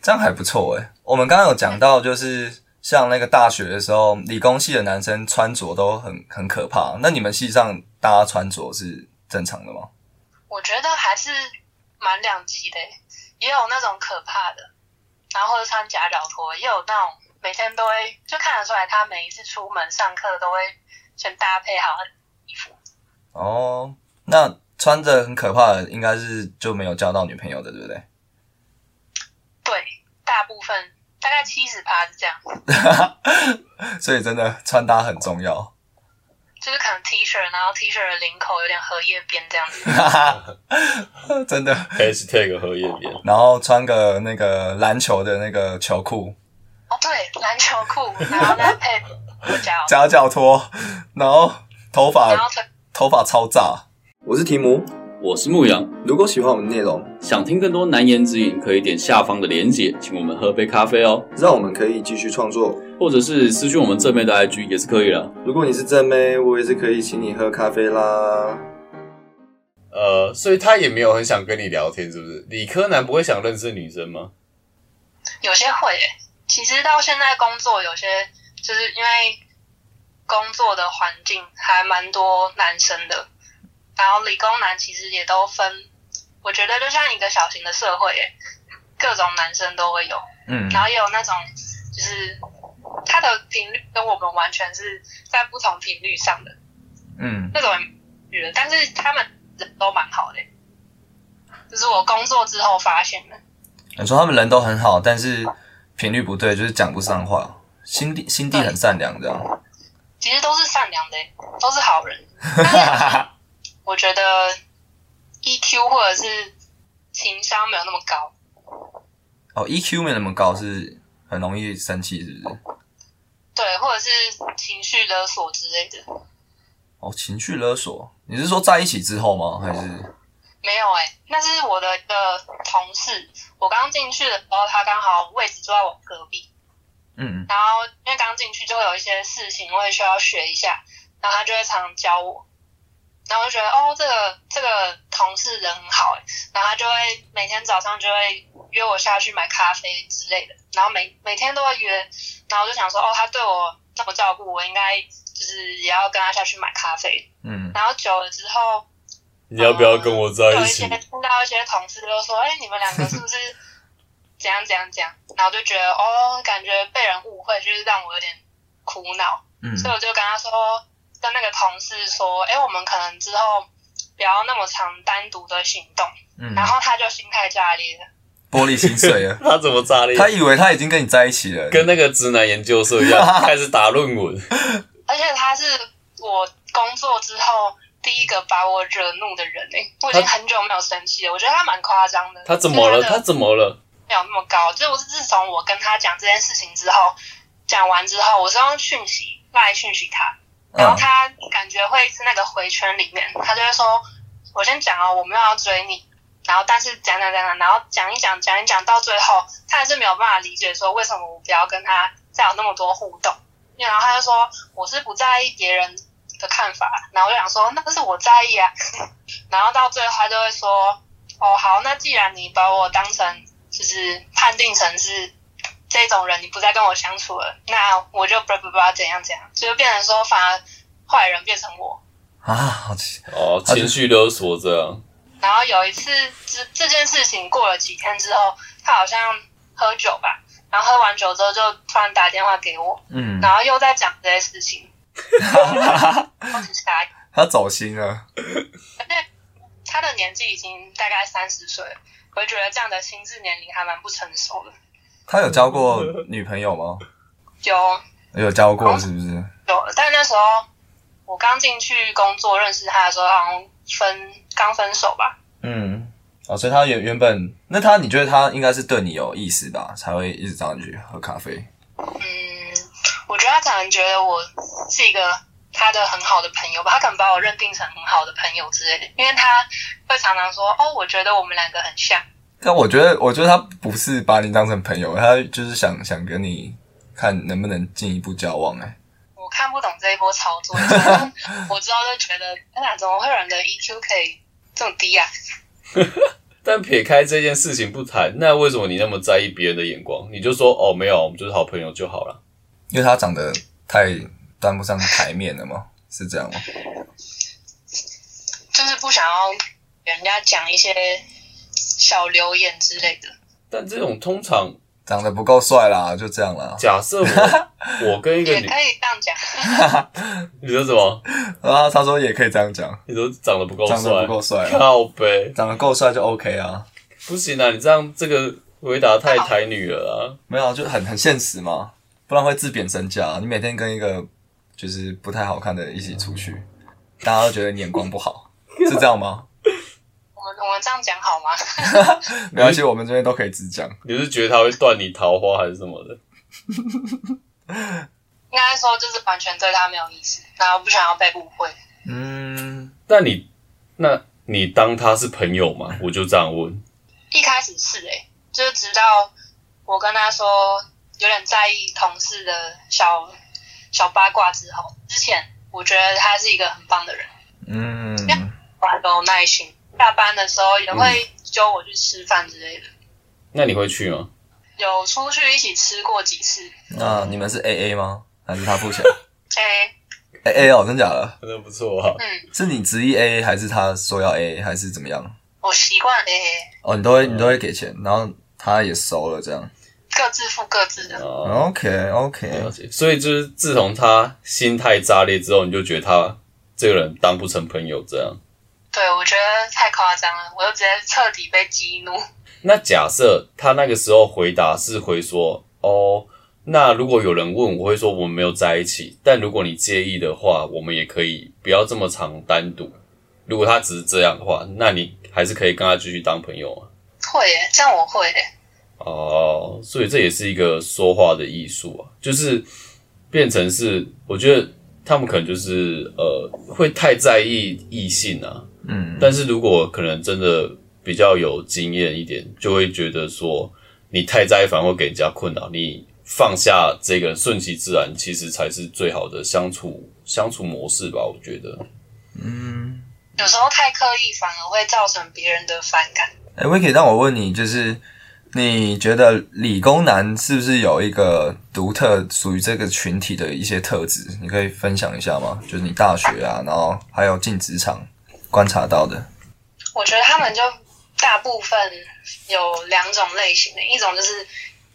S2: 这样还不错诶、我们刚刚有讲到，就是像那个大学的时候，理工系的男生穿着都很很可怕。那你们系上大家穿着是正常的吗？
S3: 我觉得还是蛮两极的，也有那种可怕的，然后或者穿夹脚拖，也有那种每天都会就看得出来，他每一次出门上课都会先搭配好衣服。
S2: 哦，那穿着很可怕的，应该是就没有交到女朋友的，对不对？
S3: 对，大部分大概七十趴是这样，
S2: 所以真的穿搭很重要。
S3: 就是可能 T 恤，然后 T 恤的领口有点荷叶边这样子。
S2: 真的，
S1: #hashtag 荷叶边，
S2: 然后穿个那个篮球的那个球裤，
S3: 哦，对，篮球裤，然后再配 我脚，
S2: 夹脚拖，然后头
S3: 然后
S2: 发
S3: 腿
S2: 头发超炸。我是提姆，
S1: 我是牧羊。
S2: 如果喜欢我们的内容，
S1: 想听更多难言之隐，可以点下方的连结，请我们喝杯咖啡哦，
S2: 让我们可以继续创作。
S1: 或者是私讯我们正面的 IG 也是可以的。
S2: 如果你是正妹，我也是可以请你喝咖啡啦。
S5: 呃，所以他也没有很想跟你聊天，是不是？理科男不会想认识女生吗？
S3: 有些会耶。其实到现在工作，有些就是因为工作的环境还蛮多男生的，然后理工男其实也都分，我觉得就像一个小型的社会耶，各种男生都会有。
S2: 嗯，
S3: 然后也有那种就是他的频率跟我们完全是在不同频率上的
S2: 嗯，
S3: 那种人，但是他们人都蛮好的、就是我工作之后发现的。
S2: 你说他们人都很好，但是频率不对，就是讲不上话，心地心地很善良这样。
S3: 其实都是善良的、欸都是好 人。但是我觉得 EQ 或者是情商没有那么高，
S2: 哦，EQ 没那么高，是很容易生气，是不是？
S3: 对，或者是情绪勒索之类的，
S2: 哦，情绪勒索，你是说在一起之后吗？还是
S3: 没有哎、那是我的一个同事，我刚进去的时候，他刚好位置坐在我隔壁，
S2: 嗯
S3: 然后因为刚进去就会有一些事情会需要学一下，然后他就会常常教我，然后我就觉得哦，这个这个同事人很好欸然后他就会每天早上就会约我下去买咖啡之类的，然后每每天都会约，然后我就想说哦，他对我这么照顾，我应该就是也要跟他下去买咖啡，
S2: 嗯
S3: 然后久了之后，
S5: 你要不要跟我在
S3: 有
S5: 呃一
S3: 一
S5: 起
S3: 些？听到一些同事都说，哎、你们两个是不 是怎样怎样怎样？然后就觉得哦，感觉被人误会，就是让我有点苦恼，
S2: 嗯
S3: 所以我就跟他说，跟那个同事说，哎、我们可能之后不要那么常单独的行动，
S2: 嗯，
S3: 然后他就心态炸裂了。
S2: 玻璃心碎 了，
S5: 他怎么炸裂？
S2: 他以为他已经跟你在一起了，
S5: 跟那个直男研究社一样， 开始打论文。
S3: 而且他是我工作之后第一个把我惹怒的人呢、欸我已经很久没有生气了，我觉得他蛮夸张的。
S5: 他怎么了？
S3: 就是
S5: 他
S3: 的
S5: 怎么了？
S3: 没有那么高，就是我是自从我跟他讲这件事情之后，讲完之后，我是用讯息赖讯息他，然后
S2: 嗯
S3: 他感觉会是那个回圈里面，他就会说：“我先讲哦，我没有要追你。”然后但是讲讲讲讲，然后讲一讲讲一讲，到最后他还是没有办法理解说为什么我不要跟他再有那么多互动。然后他就说：“我是不在意别人的看法。”然后我就想说：“那是我在意啊。” 然后到最后他就会说：“哦，好，那既然你把我当成就是判定成是这种人，你不再跟我相处了，那我就不不不怎样怎样，就是变成说反而坏人变成我。
S2: 啊，好奇
S5: 哦，
S2: 他就
S5: 情绪勒索这样。
S3: 然后有一次这这件事情过了几天之后，他好像喝酒吧，然后喝完酒之后就突然打电话给我，
S2: 嗯，
S3: 然后又在讲这些事情，我很傻眼。
S2: 他走心了，
S3: 他的年纪已经大概三十岁了，我就觉得这样的心智年龄还蛮不成熟的。
S2: 他有交过女朋友吗？
S3: 有
S2: 有交过是不是？
S3: 有，但那时候我刚进去工作认识他的时候，好像分刚分手吧。
S2: 嗯，哦，所以他原原本那他你觉得他应该是对你有意思吧，才会一直找你去喝咖啡。
S3: 嗯，我觉得他可能觉得我是一个他的很好的朋友吧，他可能把我认定成很好的朋友之类的，因为他会常常说：“哦，我觉得我们两个很像。
S2: 但我觉得，我觉得他不是把你当成朋友，他就是想想跟你看能不能进一步交往、欸。”
S3: 我看不懂这一波操作，但我知道就觉得，哎呀，怎么会有人的 EQ 可以这么低啊？
S1: 但撇开这件事情不谈，那为什么你那么在意别人的眼光？你就说哦，没有，我们就是好朋友就好了。
S2: 因为他长得太端不上台面了嘛，是这样吗？
S3: 就是不想要给人家讲一些小留言之类的。
S1: 但这种通常，
S2: 长得不够帅啦，就这样啦。
S1: 假设我我跟一个
S3: 也
S1: 女，
S3: 可以这样讲，
S1: 你说什么？
S2: 然后啊他说也可以这样讲，
S1: 你说长得不够
S2: 长得
S1: 帅
S2: 不，够帅啊，
S1: 靠呗，
S2: 长得够帅就 OK 啊。
S1: 不行啊！你这样这个回答太台女了
S2: 没有啊，就很很现实嘛，不然会自贬身价啊、你每天跟一个就是不太好看的人一起出去，大家都觉得你眼光不好，是这样吗？
S3: 我们我们这样讲好吗？
S2: 没关系，我们这边都可以直讲。
S1: 啊！你是觉得他会断你桃花还是什么的？
S3: 应该说就是完全对他没有意思，然后不想要被误会。
S2: 嗯，
S1: 那你那你当他是朋友吗？我就这样问。
S3: 一开始是诶、欸就是直到我跟他说有点在意同事的小小八卦之后，之前我觉得他是一个很棒的人，
S2: 嗯，
S3: 我很有耐心，下班的时候也会揪我去吃饭之类的，
S1: 那你会去吗？
S3: 有出去一起吃过几次。
S2: 那你们是 A A 吗？还是他付钱
S3: 诶、
S2: ？A A 哦，真假的？
S1: 真的不错啊！
S3: 嗯，
S2: 是你执意 A A 还是他说要 A A 还是怎么样？
S3: 我习惯诶，
S2: 哦，你都会你都会给钱，然后他也收了这样。
S3: 各自付各自的。
S1: 哦，
S2: OK
S1: 了
S2: OK，
S1: 解。所以就是自从他心态炸裂之后，你就觉得他这个人当不成朋友这样。
S3: 对，我觉得太夸张了，我就直接彻底被激怒。
S1: 那假设他那个时候回答是回说：“哦，那如果有人问，我会说我们没有在一起。但如果你介意的话，我们也可以不要这么常单独。如果他只是这样的话，那你还是可以跟他继续当朋友啊。
S3: 会耶，这样我会欸耶。
S1: 哦，所以这也是一个说话的艺术啊，就是变成是，我觉得他们可能就是呃会太在意异性啊，
S2: 嗯，
S1: 但是如果可能真的比较有经验一点，就会觉得说你太在意反而会给人家困扰，你放下这个顺其自然，其实才是最好的相处相处模式吧，我觉得。
S2: 嗯，
S3: 有时候太刻意反而会造成别人的反感。
S2: 哎、v i c k y 让我问你，就是你觉得理工男是不是有一个独特属于这个群体的一些特质？你可以分享一下吗？就是你大学啊，然后还有进职场观察到的。
S3: 我觉得他们就大部分有两种类型的，一种就是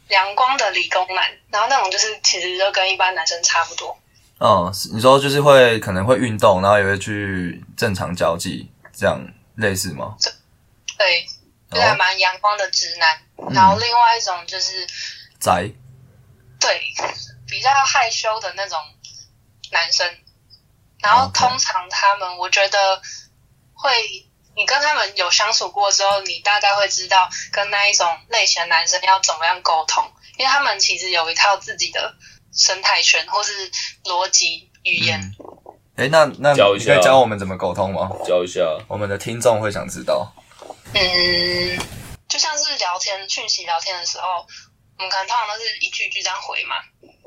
S3: 阳光的理工男，然后那种就是其实就跟一般男生差不多。
S2: 嗯，是你说就是会可能会运动，然后也会去正常交际，这样类似吗？
S3: 对，就是还
S2: 哦，
S3: 蛮阳光的直男。然后另外一种就是
S2: 宅
S3: 对比较害羞的那种男生，然后
S2: OK
S3: 通常他们，我觉得会，你跟他们有相处过之后，你大概会知道跟那一种类型的男生要怎么样沟通，因为他们其实有一套自己的生态圈或是逻辑语言。
S2: 嗯哎、那那
S1: 教一
S2: 你可以
S1: 下啊
S2: 教我们怎么沟通吗？
S1: 教一下，
S2: 我们的听众会想知 道。
S3: 嗯，就像是聊天讯息聊天的时候，我们可能通常都是一句一句这样回嘛。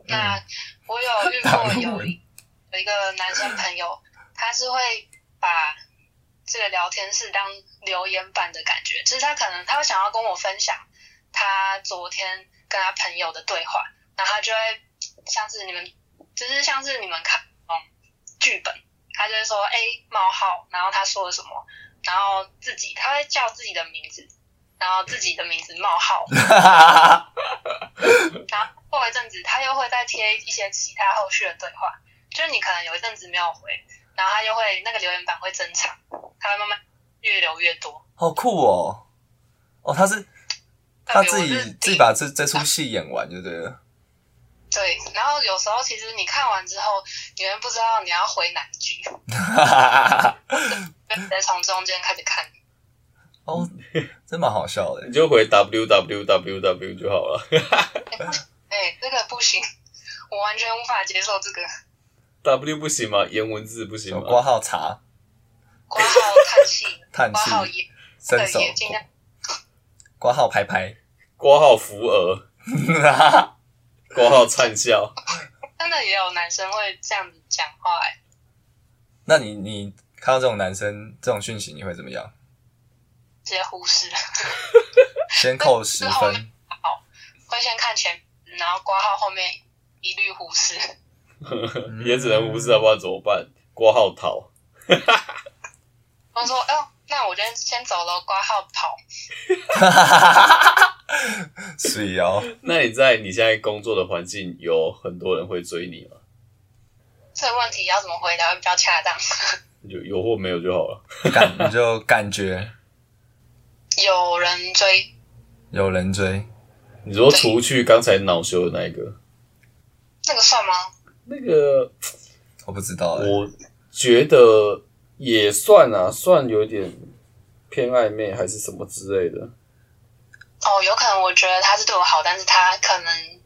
S3: 那我有遇过
S2: 打
S3: 有
S2: 文
S3: 一有一个男生朋友，他是会把这个聊天室当留言板的感觉，就是他可能他会想要跟我分享他昨天跟他朋友的对话，然后他就会像是你们，就是像是你们看嗯剧本，他就会说哎冒号，然后他说了什么，然后自己他会叫自己的名字，然后自己的名字冒号，然后过一阵子他又会再贴一些其他后续的对话，就是你可能有一阵子没有回，然后他就会那个留言板会增长，他会慢慢越留越多。
S2: 好酷哦！哦，他是他自己
S3: 对我是
S2: 自己把这这出戏演完就对了。
S3: 对，然后有时候其实你看完之后，你会不知道你要回哪一句，就直接从中间开始看。
S2: 哦，真蛮好笑 的
S5: 你。就回 w w w w 就好了
S3: 哎、这个不行，我完全无法接受这个。
S5: ，w 不行吗？颜文字不行
S2: 有
S5: 吗
S2: 挂？号茶、
S3: 挂号叹气，
S2: 叹
S3: 挂号
S2: 气、
S3: 也
S2: 伸
S3: 对
S2: 手、
S3: 也尽量
S2: 挂号拍拍，
S5: 挂号扶额， 挂号灿笑，
S3: 真的也有男生会这样子讲话、哎，
S2: 那你你看到这种男生这种讯息，你会怎么样？
S3: 直接忽视，
S2: 先扣十
S3: 是后面
S2: 分，嗯
S3: 会先看前，然后挂号后面一律忽视。
S2: 嗯
S5: 也只能无视，好不好？怎么办？挂号逃，
S3: 我说，哦，那我先先走了，挂号跑。
S2: 所以哦，
S5: 那你在你现在工作的环境有很多人会追你吗？
S3: 这个问题要怎么回答会比较恰当？
S5: 你就有或没有就好了。
S2: 感 你就感觉
S3: 有人追，
S2: 有人追，
S5: 你说除去刚才恼羞的那一个，
S3: 那个算吗？
S5: 那个
S2: 我不知道欸。
S5: 我觉得也算啊，算有点偏暧昧还是什么之类的。
S3: 哦，有可能我觉得他是对我好，但是他可能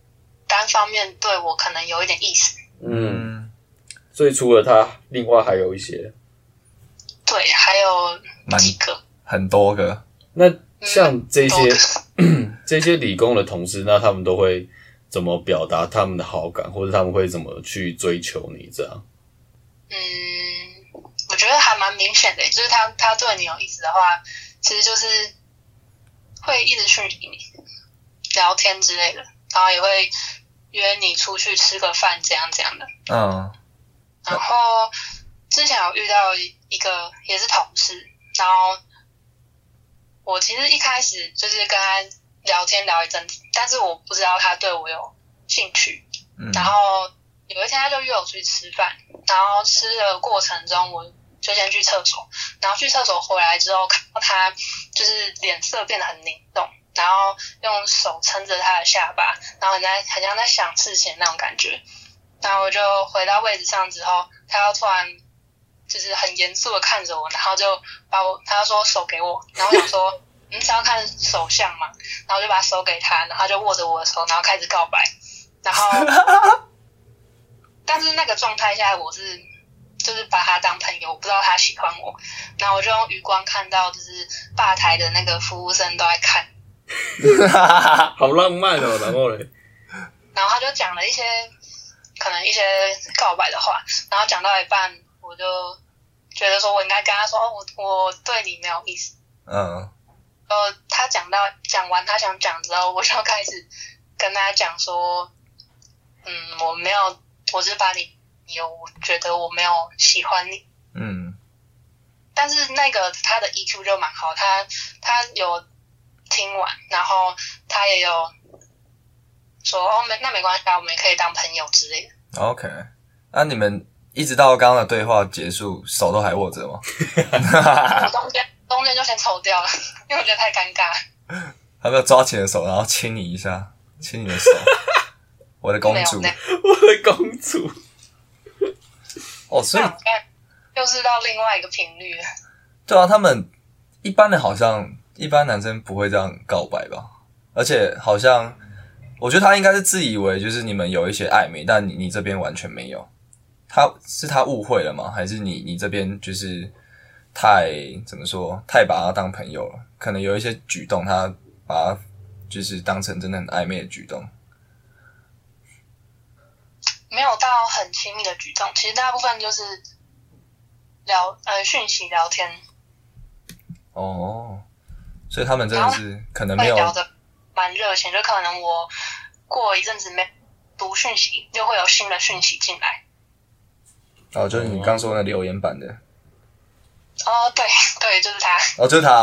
S3: 单方面对我可能有一点意思。
S5: 嗯，
S2: 嗯，
S5: 所以除了他，另外还有一些。
S3: 对，还有
S2: 蛮
S3: 几个，
S2: 很多个，
S5: 那像这
S3: 多
S5: 些
S3: 个
S5: 这些理工的同事，那他们都会怎么表达他们的好感，或者他们会怎么去追求你？这样
S3: 嗯，我觉得还蛮明显的，就是他他对你有意思的话，其实就是会一直去聊天之类的，然后也会约你出去吃个饭，怎样怎样的。
S2: 嗯，
S3: 然后之前有遇到一个也是同事，然后我其实一开始就是跟他聊天聊一阵子，但是我不知道他对我有兴趣，
S2: 嗯
S3: 然后有一天他就约我出去吃饭，然后吃的过程中我就先去厕所，然后去厕所回来之后看到他就是脸色变得很凝重，然后用手撑着他的下巴，然后很在很像在想事情那种感觉。然后我就回到位置上之后，他又突然就是很严肃的看着我，然后就把我他就说手给我，然后我想说你是要看手相嘛，然后就把手给他，然后他就握着我的手，然后开始告白，然后。但是那个状态下，我是就是把他当朋友，我不知道他喜欢我，然后我就用余光看到，就是吧台的那个服务生都在看，
S5: 好浪漫哦。然后嘞，
S3: 然后他就讲了一些可能一些告白的话，然后讲到一半，我就觉得说我应该跟他说，哦，我我对你没有意思。
S2: 嗯，
S3: 然后他讲到讲完他想讲之后，我就开始跟他讲说，嗯，我没有，我只是把你，有我觉得我没有喜欢你。
S2: 嗯，
S3: 但是那个他的 EQ 就蛮好，他他有听完，然后他也有说哦没那没关系啊，我们也可以当朋友之类的。
S2: OK，那你们一直到刚刚的对话结束，手都还握着吗？
S3: 我中间中间就先抽掉了， 因为我觉得太尴尬。
S2: 他没有抓起你的手，然后亲你一下，亲你的 手，我的公
S3: 没有
S2: 主
S3: 那
S5: 我的公主，
S2: 哦，所以
S3: 那我看又是到另外一个频率了。
S2: 对啊，他们一般的好像一般男生不会这样告白吧？而且好像我觉得他应该是自以为就是你们有一些暧昧，但你你这边完全没有。他是他误会了吗？还是你你这边就是太怎么说太把他当朋友了？可能有一些举动，他把他就是当成真的很暧昧的举动。
S3: 没有到很亲密的举动，其实大部分就是聊呃讯息聊天，
S2: 哦，所以他们真的是可能没
S3: 会
S2: 有
S3: 聊的蛮热情，就可能我过一阵子没读讯息，又会有新的讯息进来。
S2: 哦，就是你刚说的留言版的。
S3: 哦，对对，就是他。
S2: 哦，就是他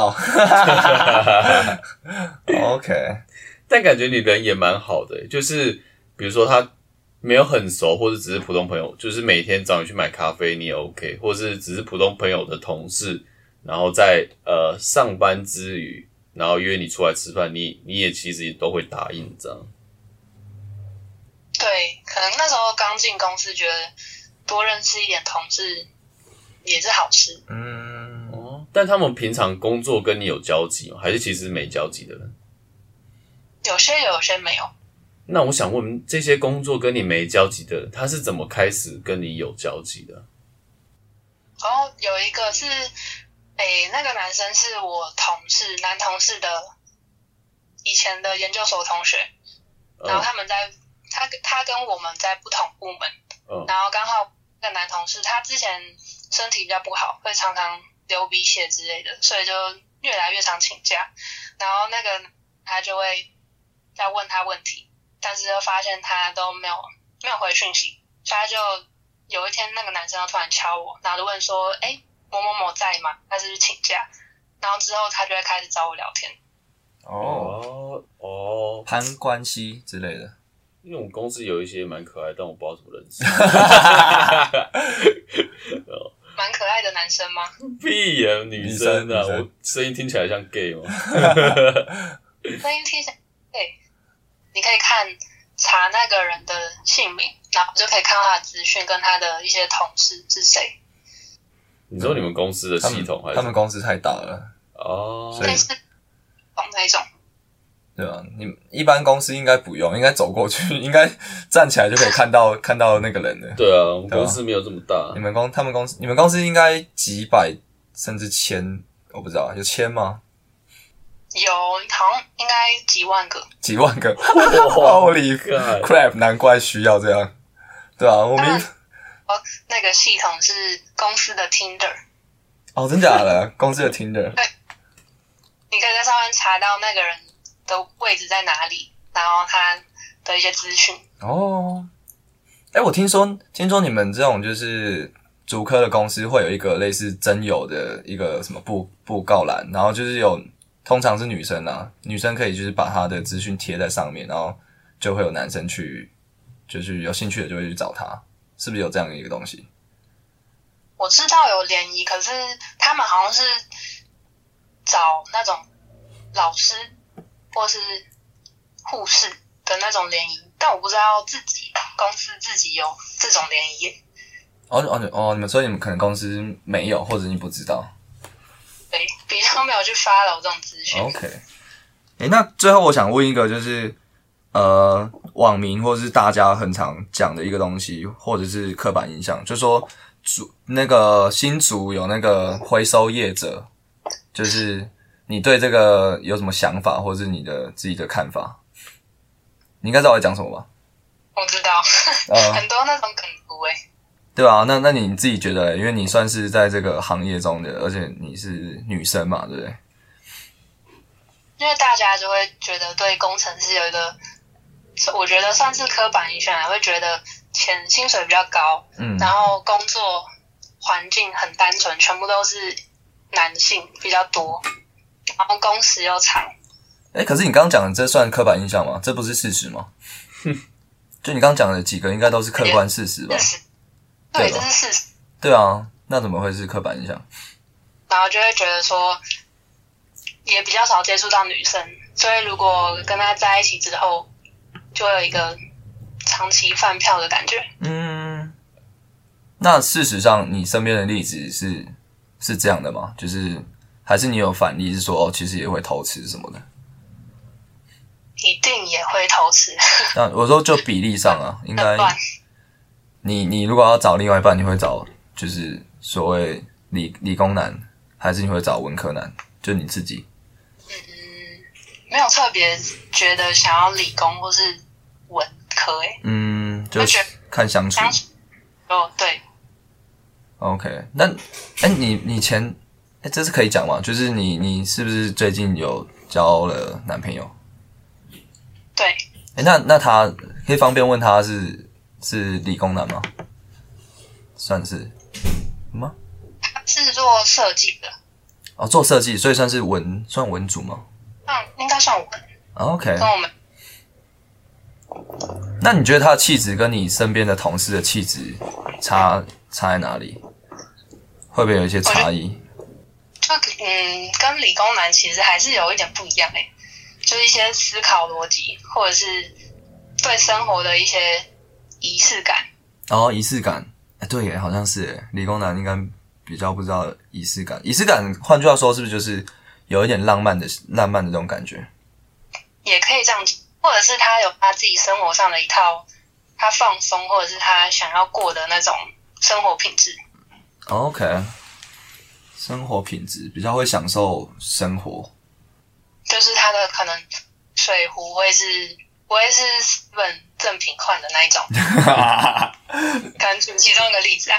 S2: 哦。OK，哦
S5: 但感觉你人也蛮好的欸、就是比如说他没有很熟，或者只是普通朋友，就是每天找你去买咖啡你也 OK，或是只是普通朋友的同事，然后在呃上班之余，然后约你出来吃饭，你你也其实都会答应这样。
S3: 对，可能那时候刚进公司，觉得多认识一点同事也是好事。
S2: 嗯，
S5: 哦，但他们平常工作跟你有交集吗？还是其实没交集的人？
S3: 有些有，有些没有。
S5: 那我想问，这些工作跟你没交集的人，他是怎么开始跟你有交集的？
S3: 然后有一个是，诶，那个男生是我同事，男同事的以前的研究所同学，然后
S5: 嗯
S3: 他们在他他跟我们在不同部门，
S5: 嗯
S3: 然后刚好那个男同事他之前身体比较不好，会常常流鼻血之类的，所以就越来越常请假。然后那个他就会在问他问题，但是就发现他都没有没有回讯息，所以他就有一天那个男生就突然敲我，然后就问说：“哎，某某某在吗？他是不是请假？”然后之后他就会开始找我聊天。
S2: 哦，
S5: 哦哦，
S2: 攀关系之类的。
S5: 因为我们公司有一些蛮可爱，但我不知道怎么认 识。
S3: 蛮可爱的男生吗？
S5: 屁呀、女生啊，
S2: 女生
S5: 我声音听起来像 gay 吗？
S3: 那音听起来，对，你可以看查那个人的姓名，然后就可以看到他的资讯跟他的一些同事是谁。
S5: 你说你们公司的
S2: 他
S5: 系
S2: 们
S5: 统还是
S2: 他们公司太大了，
S5: 哦？
S2: 所以
S3: 类似懂那一种，
S2: 对吧？你一般公司应该不用，应该走过去， 应该站起来就可以看到看到那个人了。
S5: 对啊，我们公司没有这么大
S2: 你，们公他们公司你们公司应该几百甚至千，我不知道有千吗？
S3: 有好像应该几万个，
S2: 几万个
S5: 哇
S2: ，Holy
S5: God
S2: crap！难怪需要这样，对啊，我
S3: 当
S2: 们
S3: 然那个系统是公司的 Tinder，
S2: 哦，真假的，公司的 Tinder
S3: 你可以在上面查到那个人的位置在哪里，然后他的一些资讯。
S2: 哦，哎、我听说听说你们这种就是主科的公司会有一个类似真友的一个什么布布告栏，然后就是有通常是女生啊，女生可以就是把她的资讯贴在上面，然后就会有男生去就是有兴趣的就会去找她，是不是有这样的一个东西？
S3: 我知道有联谊，可是他们好像是找那种老师或是护士的那种联谊，但我不知道自己公司自己有这种联谊。
S2: 哦哦你哦，你们所以你们可能公司没有，或者你不知道。
S3: 对，比较没有去 follow 这种资讯。
S2: OK，哎、那最后我想问一个，就是呃，网民或是大家很常讲的一个东西，或者是刻板印象，就说主那个新竹有那个回收业者，就是你对这个有什么想法，或者是你的自己的看法？你应该知道我在讲什么吧？
S3: 我知道、
S2: 呃，
S3: 很多那种梗图欸诶、
S2: 对啊，那那你自己觉得，因为你算是在这个行业中的，而且你是女生嘛，对不对？
S3: 因为大家就会觉得对工程师有一个，我觉得算是刻板印象啊，会觉得钱薪水比较高，
S2: 嗯，
S3: 然后工作环境很单纯，全部都是男性比较多，然后工时又长，
S2: 哎、可是你刚刚讲的这算刻板印象吗？这不是事实吗？ 就你刚刚讲的几个，应该都是客观事实吧
S3: 事？实，
S2: 对吧
S3: 对，这是事实。
S2: 对啊，那怎么会是刻板印象？
S3: 然后就会觉得说，也比较少接触到女生，所以如果跟他在一起之后，就会有一个长期饭票的感觉。
S2: 嗯，那事实上，你身边的例子是是这样的吗？就是还是你有反例是说，哦，其实也会偷吃什么的？
S3: 一定也会偷吃，
S2: 那我说就比例上啊，应该
S3: 很乱。
S2: 你你如果要找另外一半，你会找就是所谓理理工男，还是你会找文科男？就你自己
S3: 没有特别觉得想要理工或是文科诶、欸，
S2: 嗯，就
S3: 我觉得
S2: 看相处。
S3: 相处哦对，
S2: OK，那哎、你你前哎、这是可以讲吗？就是你你是不是最近有交了男朋友？
S3: 对，
S2: 哎、那那他可以方便问他是是理工男吗？算是吗？
S3: 他是入做设计的，
S2: 哦，做设计，所以算是文算文组吗、
S3: 嗯，应该算我们
S2: 哦、？OK，
S3: 跟我们
S2: 那你觉得他的气质跟你身边的同事的气质差差在哪里？会不会有一些差异？
S3: 就嗯，跟理工男其实还是有一点不一样诶、欸就是一些思考逻辑，或者是对生活的一些仪式感。
S2: 然后仪式感，哎，对耶，好像是耶理工男应该比较不知道仪式感。仪式感，换句话说，是不是就是有一点浪漫的浪漫的这种感觉？
S3: 也可以这样，或者是他有他自己生活上的一套，他放松或者是他想要过的那种生活品质。
S2: OK，生活品质比较会享受生活。
S3: 就是他的可能水壶会是不会是本正品款的那一种，可能举其中一个例子啊。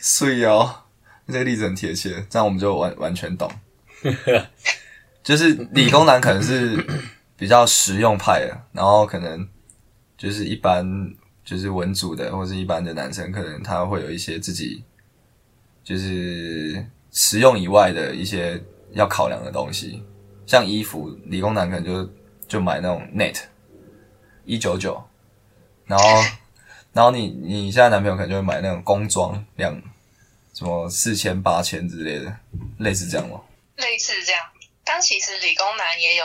S2: 是哦，这个例子很贴切，这样我们就完完全懂。 就是理工男可能是比较实用派的，然后可能就是一般就是文组的或是一般的男生，可能他会有一些自己就是实用以外的一些要考量的东西，像衣服，理工男可能就就买那种 net 一九九，然后然后你你现在男朋友可能就会买那种工装两什么四千八千之类的，类似这样吗？
S3: 类似这样。但其实理工男也有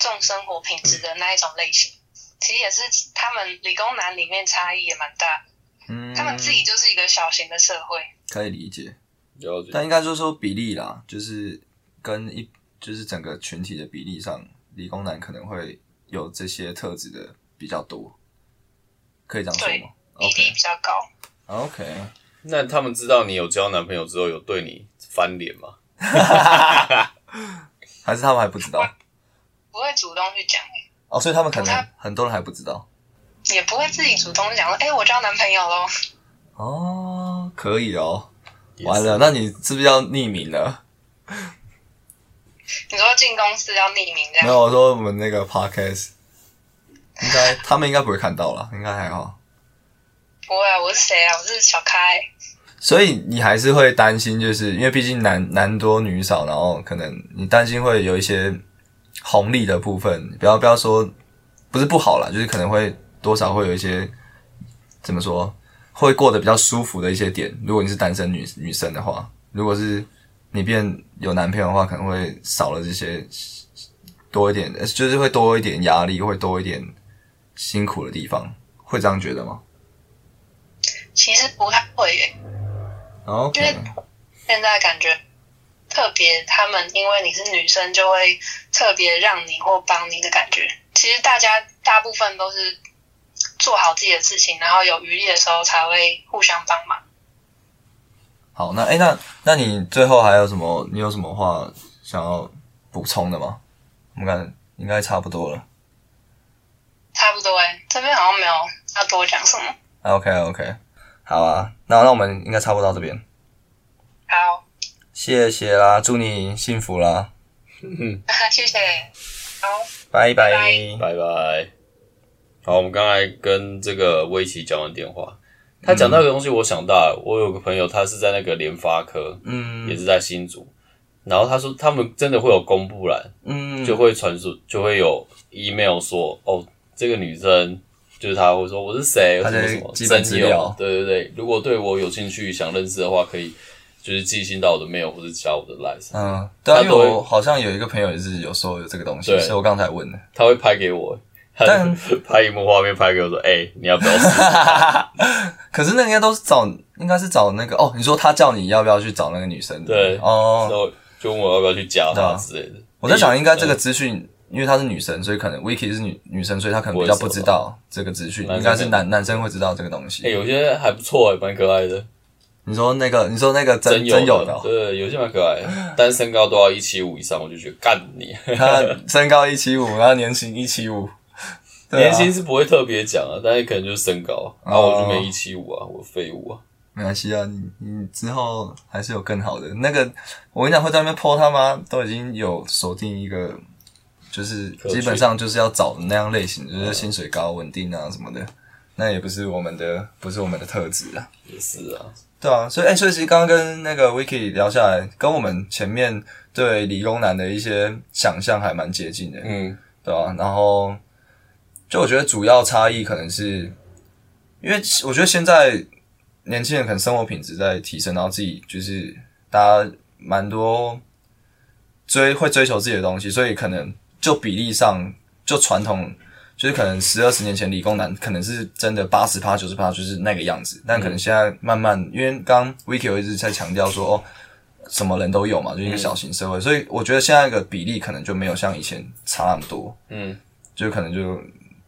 S3: 重生活品质的那一种类型，其实也是他们理工男里面差异也蛮大，
S2: 嗯，
S3: 他们自己就是一个小型的社会。
S2: 可以理解，
S1: 了解。
S2: 但应该说说比例啦，就是跟一就是整个群体的比例上，理工男可能会有这些特质的比较多，可以这样说吗
S3: 比例比较高。
S2: ？OK OK，
S1: 那他们知道你有交男朋友之后，有对你翻脸吗？
S2: 还是他们还不知道
S3: 不会主动去讲，
S2: 哦，所以他们可
S3: 不
S2: 能
S3: 太
S2: 很多人还不知道
S3: 也不会自己主动去讲说，哎、我交男朋友喽。
S2: 哦，可以哦，
S1: 也是
S2: 完了，那你是不是要匿名了？
S3: 你说进公司要匿名这
S2: 没
S3: 样，
S2: 有，我说我们那个 podcast，应该他们应该不会看到啦，应该还好。
S3: 不会啊，我是谁啊？我是小开，
S2: 所以你还是会担心，就是因为毕竟男男多女少，然后可能你担心会有一些红利的部分，不要不要说不是不好啦，就是可能会多少会有一些怎么说，会过得比较舒服的一些点。如果你是单身女女生的话，如果是你变有男朋友的话，可能会少了这些多一点，呃就是会多一点压力，会多一点辛苦的地方，会这样觉得吗
S3: 其实不太会耶。因
S2: ？OK，
S3: 为现在感觉特别，他们因为你是女生，就会特别让你或帮你的感觉。其实大家大部分都是做好自己的事情，然后有余力的时候才会互相帮忙。
S2: 好，那哎、诶那那你最后还有什么？你有什么话想要补充的吗？我们感应该差不多了。
S3: 差不多哎，这边好像没有要多讲什么。
S2: OK OK，好啊，那那我们应该差不多到这边，
S3: 好，
S2: 谢谢啦，祝你幸福啦，
S3: 谢谢，好。
S2: 拜拜。
S3: 拜
S1: 拜拜。好，我们刚才跟这个威奇讲完电话，他讲到一个东西，我想到我有个朋友，他是在那个联发科，也
S2: 嗯
S1: 是在新竹，然后他说他们真的会有公布栏，
S2: 嗯，
S1: 就会传出，就会有 email 说，哦，这个女生就是她会说我是谁，
S2: 她
S1: 什么
S2: 的
S1: 什么
S2: 基本资
S1: 真
S2: 料
S1: 友，对对对，如果对我有兴趣想认识的话，可以就是寄信到我的 mail 或者加我的 line，
S2: 嗯，对啊，
S1: 他
S2: 因为
S1: 都会
S2: 我好像有一个朋友也是有说有这个东西，
S1: 对
S2: 所以我刚才问的。
S1: 他会拍给我，他
S2: 但
S1: 拍荧幕画面拍给我说，哎、你要不要试？
S2: 可是那个应该都是找，应该是找那个哦。你说他叫你要不要去找那个女生？
S1: 对
S2: 哦，
S1: 然后就问我要不要去加
S2: 对啊
S1: 他之类的。
S2: 我在想，应该这个资讯，因为她是女生，所以可能 Vicky 是女女生，所以她可能比较不知道这个资讯，
S1: 男
S2: 应
S1: 生
S2: 该是男男生会知道这个东
S1: 哎、
S2: 西。
S1: 有些还不错哎、蛮可爱的，
S2: 你说那个，你说那个真
S1: 有
S2: 真有的
S1: 的，
S2: 哦，
S1: 对，有些蛮可爱的，但身高都要一七五以上，我就觉得干你。
S2: 她身高一七五，然后年薪一七五，对啊哦
S1: 年薪是不会特别讲啊，但是可能就是身高，然后我就没一七五啊，我废物啊。
S2: 没关系啊，你你之后还是有更好的。那个我跟你讲，会在那边泼他妈都已经有锁定一个，就是
S1: 可取
S2: 基本上就是要找那样类型，
S1: 嗯
S2: 就是薪水高、稳定啊什么的。那也不是我们的，不是我们的特质啊。
S1: 也是啊，
S2: 对啊，所以哎、所以其实刚刚跟那个 Vicky 聊下来，跟我们前面对理工男的一些想象还蛮接近的，
S5: 嗯，
S2: 对啊，然后就我觉得主要差异可能是，因为我觉得现在年轻人可能生活品质在提升，然后自己就是大家蛮多追会追求自己的东西，所以可能就比例上就传统。就是可能十二十年前理工男可能是真的八十趴九十趴就是那个样子，但可能现在慢慢，因为刚 Vicky 有一直在强调说哦，什么人都有嘛，就是一个小型社会，所以我觉得现在的比例可能就没有像以前差那么多。
S5: 嗯，
S2: 就可能就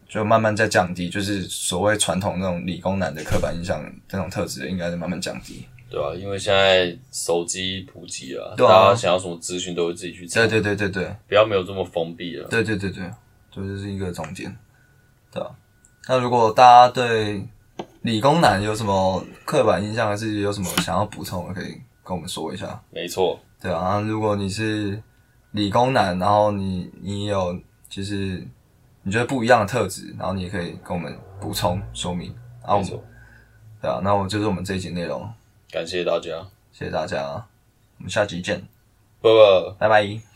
S2: 就慢慢在降低，就是所谓传统那种理工男的刻板印象那种特质，应该是慢慢降低。
S5: 对啊，因为现在手机普及了，
S2: 对啊
S5: 大家想要什么资讯都会自己去查，
S2: 对对对对对
S5: 不要没有这么封闭了。
S2: 对对对对，就这是一个重点，对啊。那如果大家对理工男有什么刻板印象，还是有什么想要补充的，可以跟我们说一下。
S5: 没错，
S2: 对啊，如果你是理工男，然后你你有就是你觉得不一样的特质，然后你也可以跟我们补充说明。啊，我
S5: 没
S2: 们
S5: 错，
S2: 对啊，那我就是我们这一集内容，
S5: 感谢大家，
S2: 啊谢谢大家，我们下集见，
S5: 拜拜。
S2: 拜拜。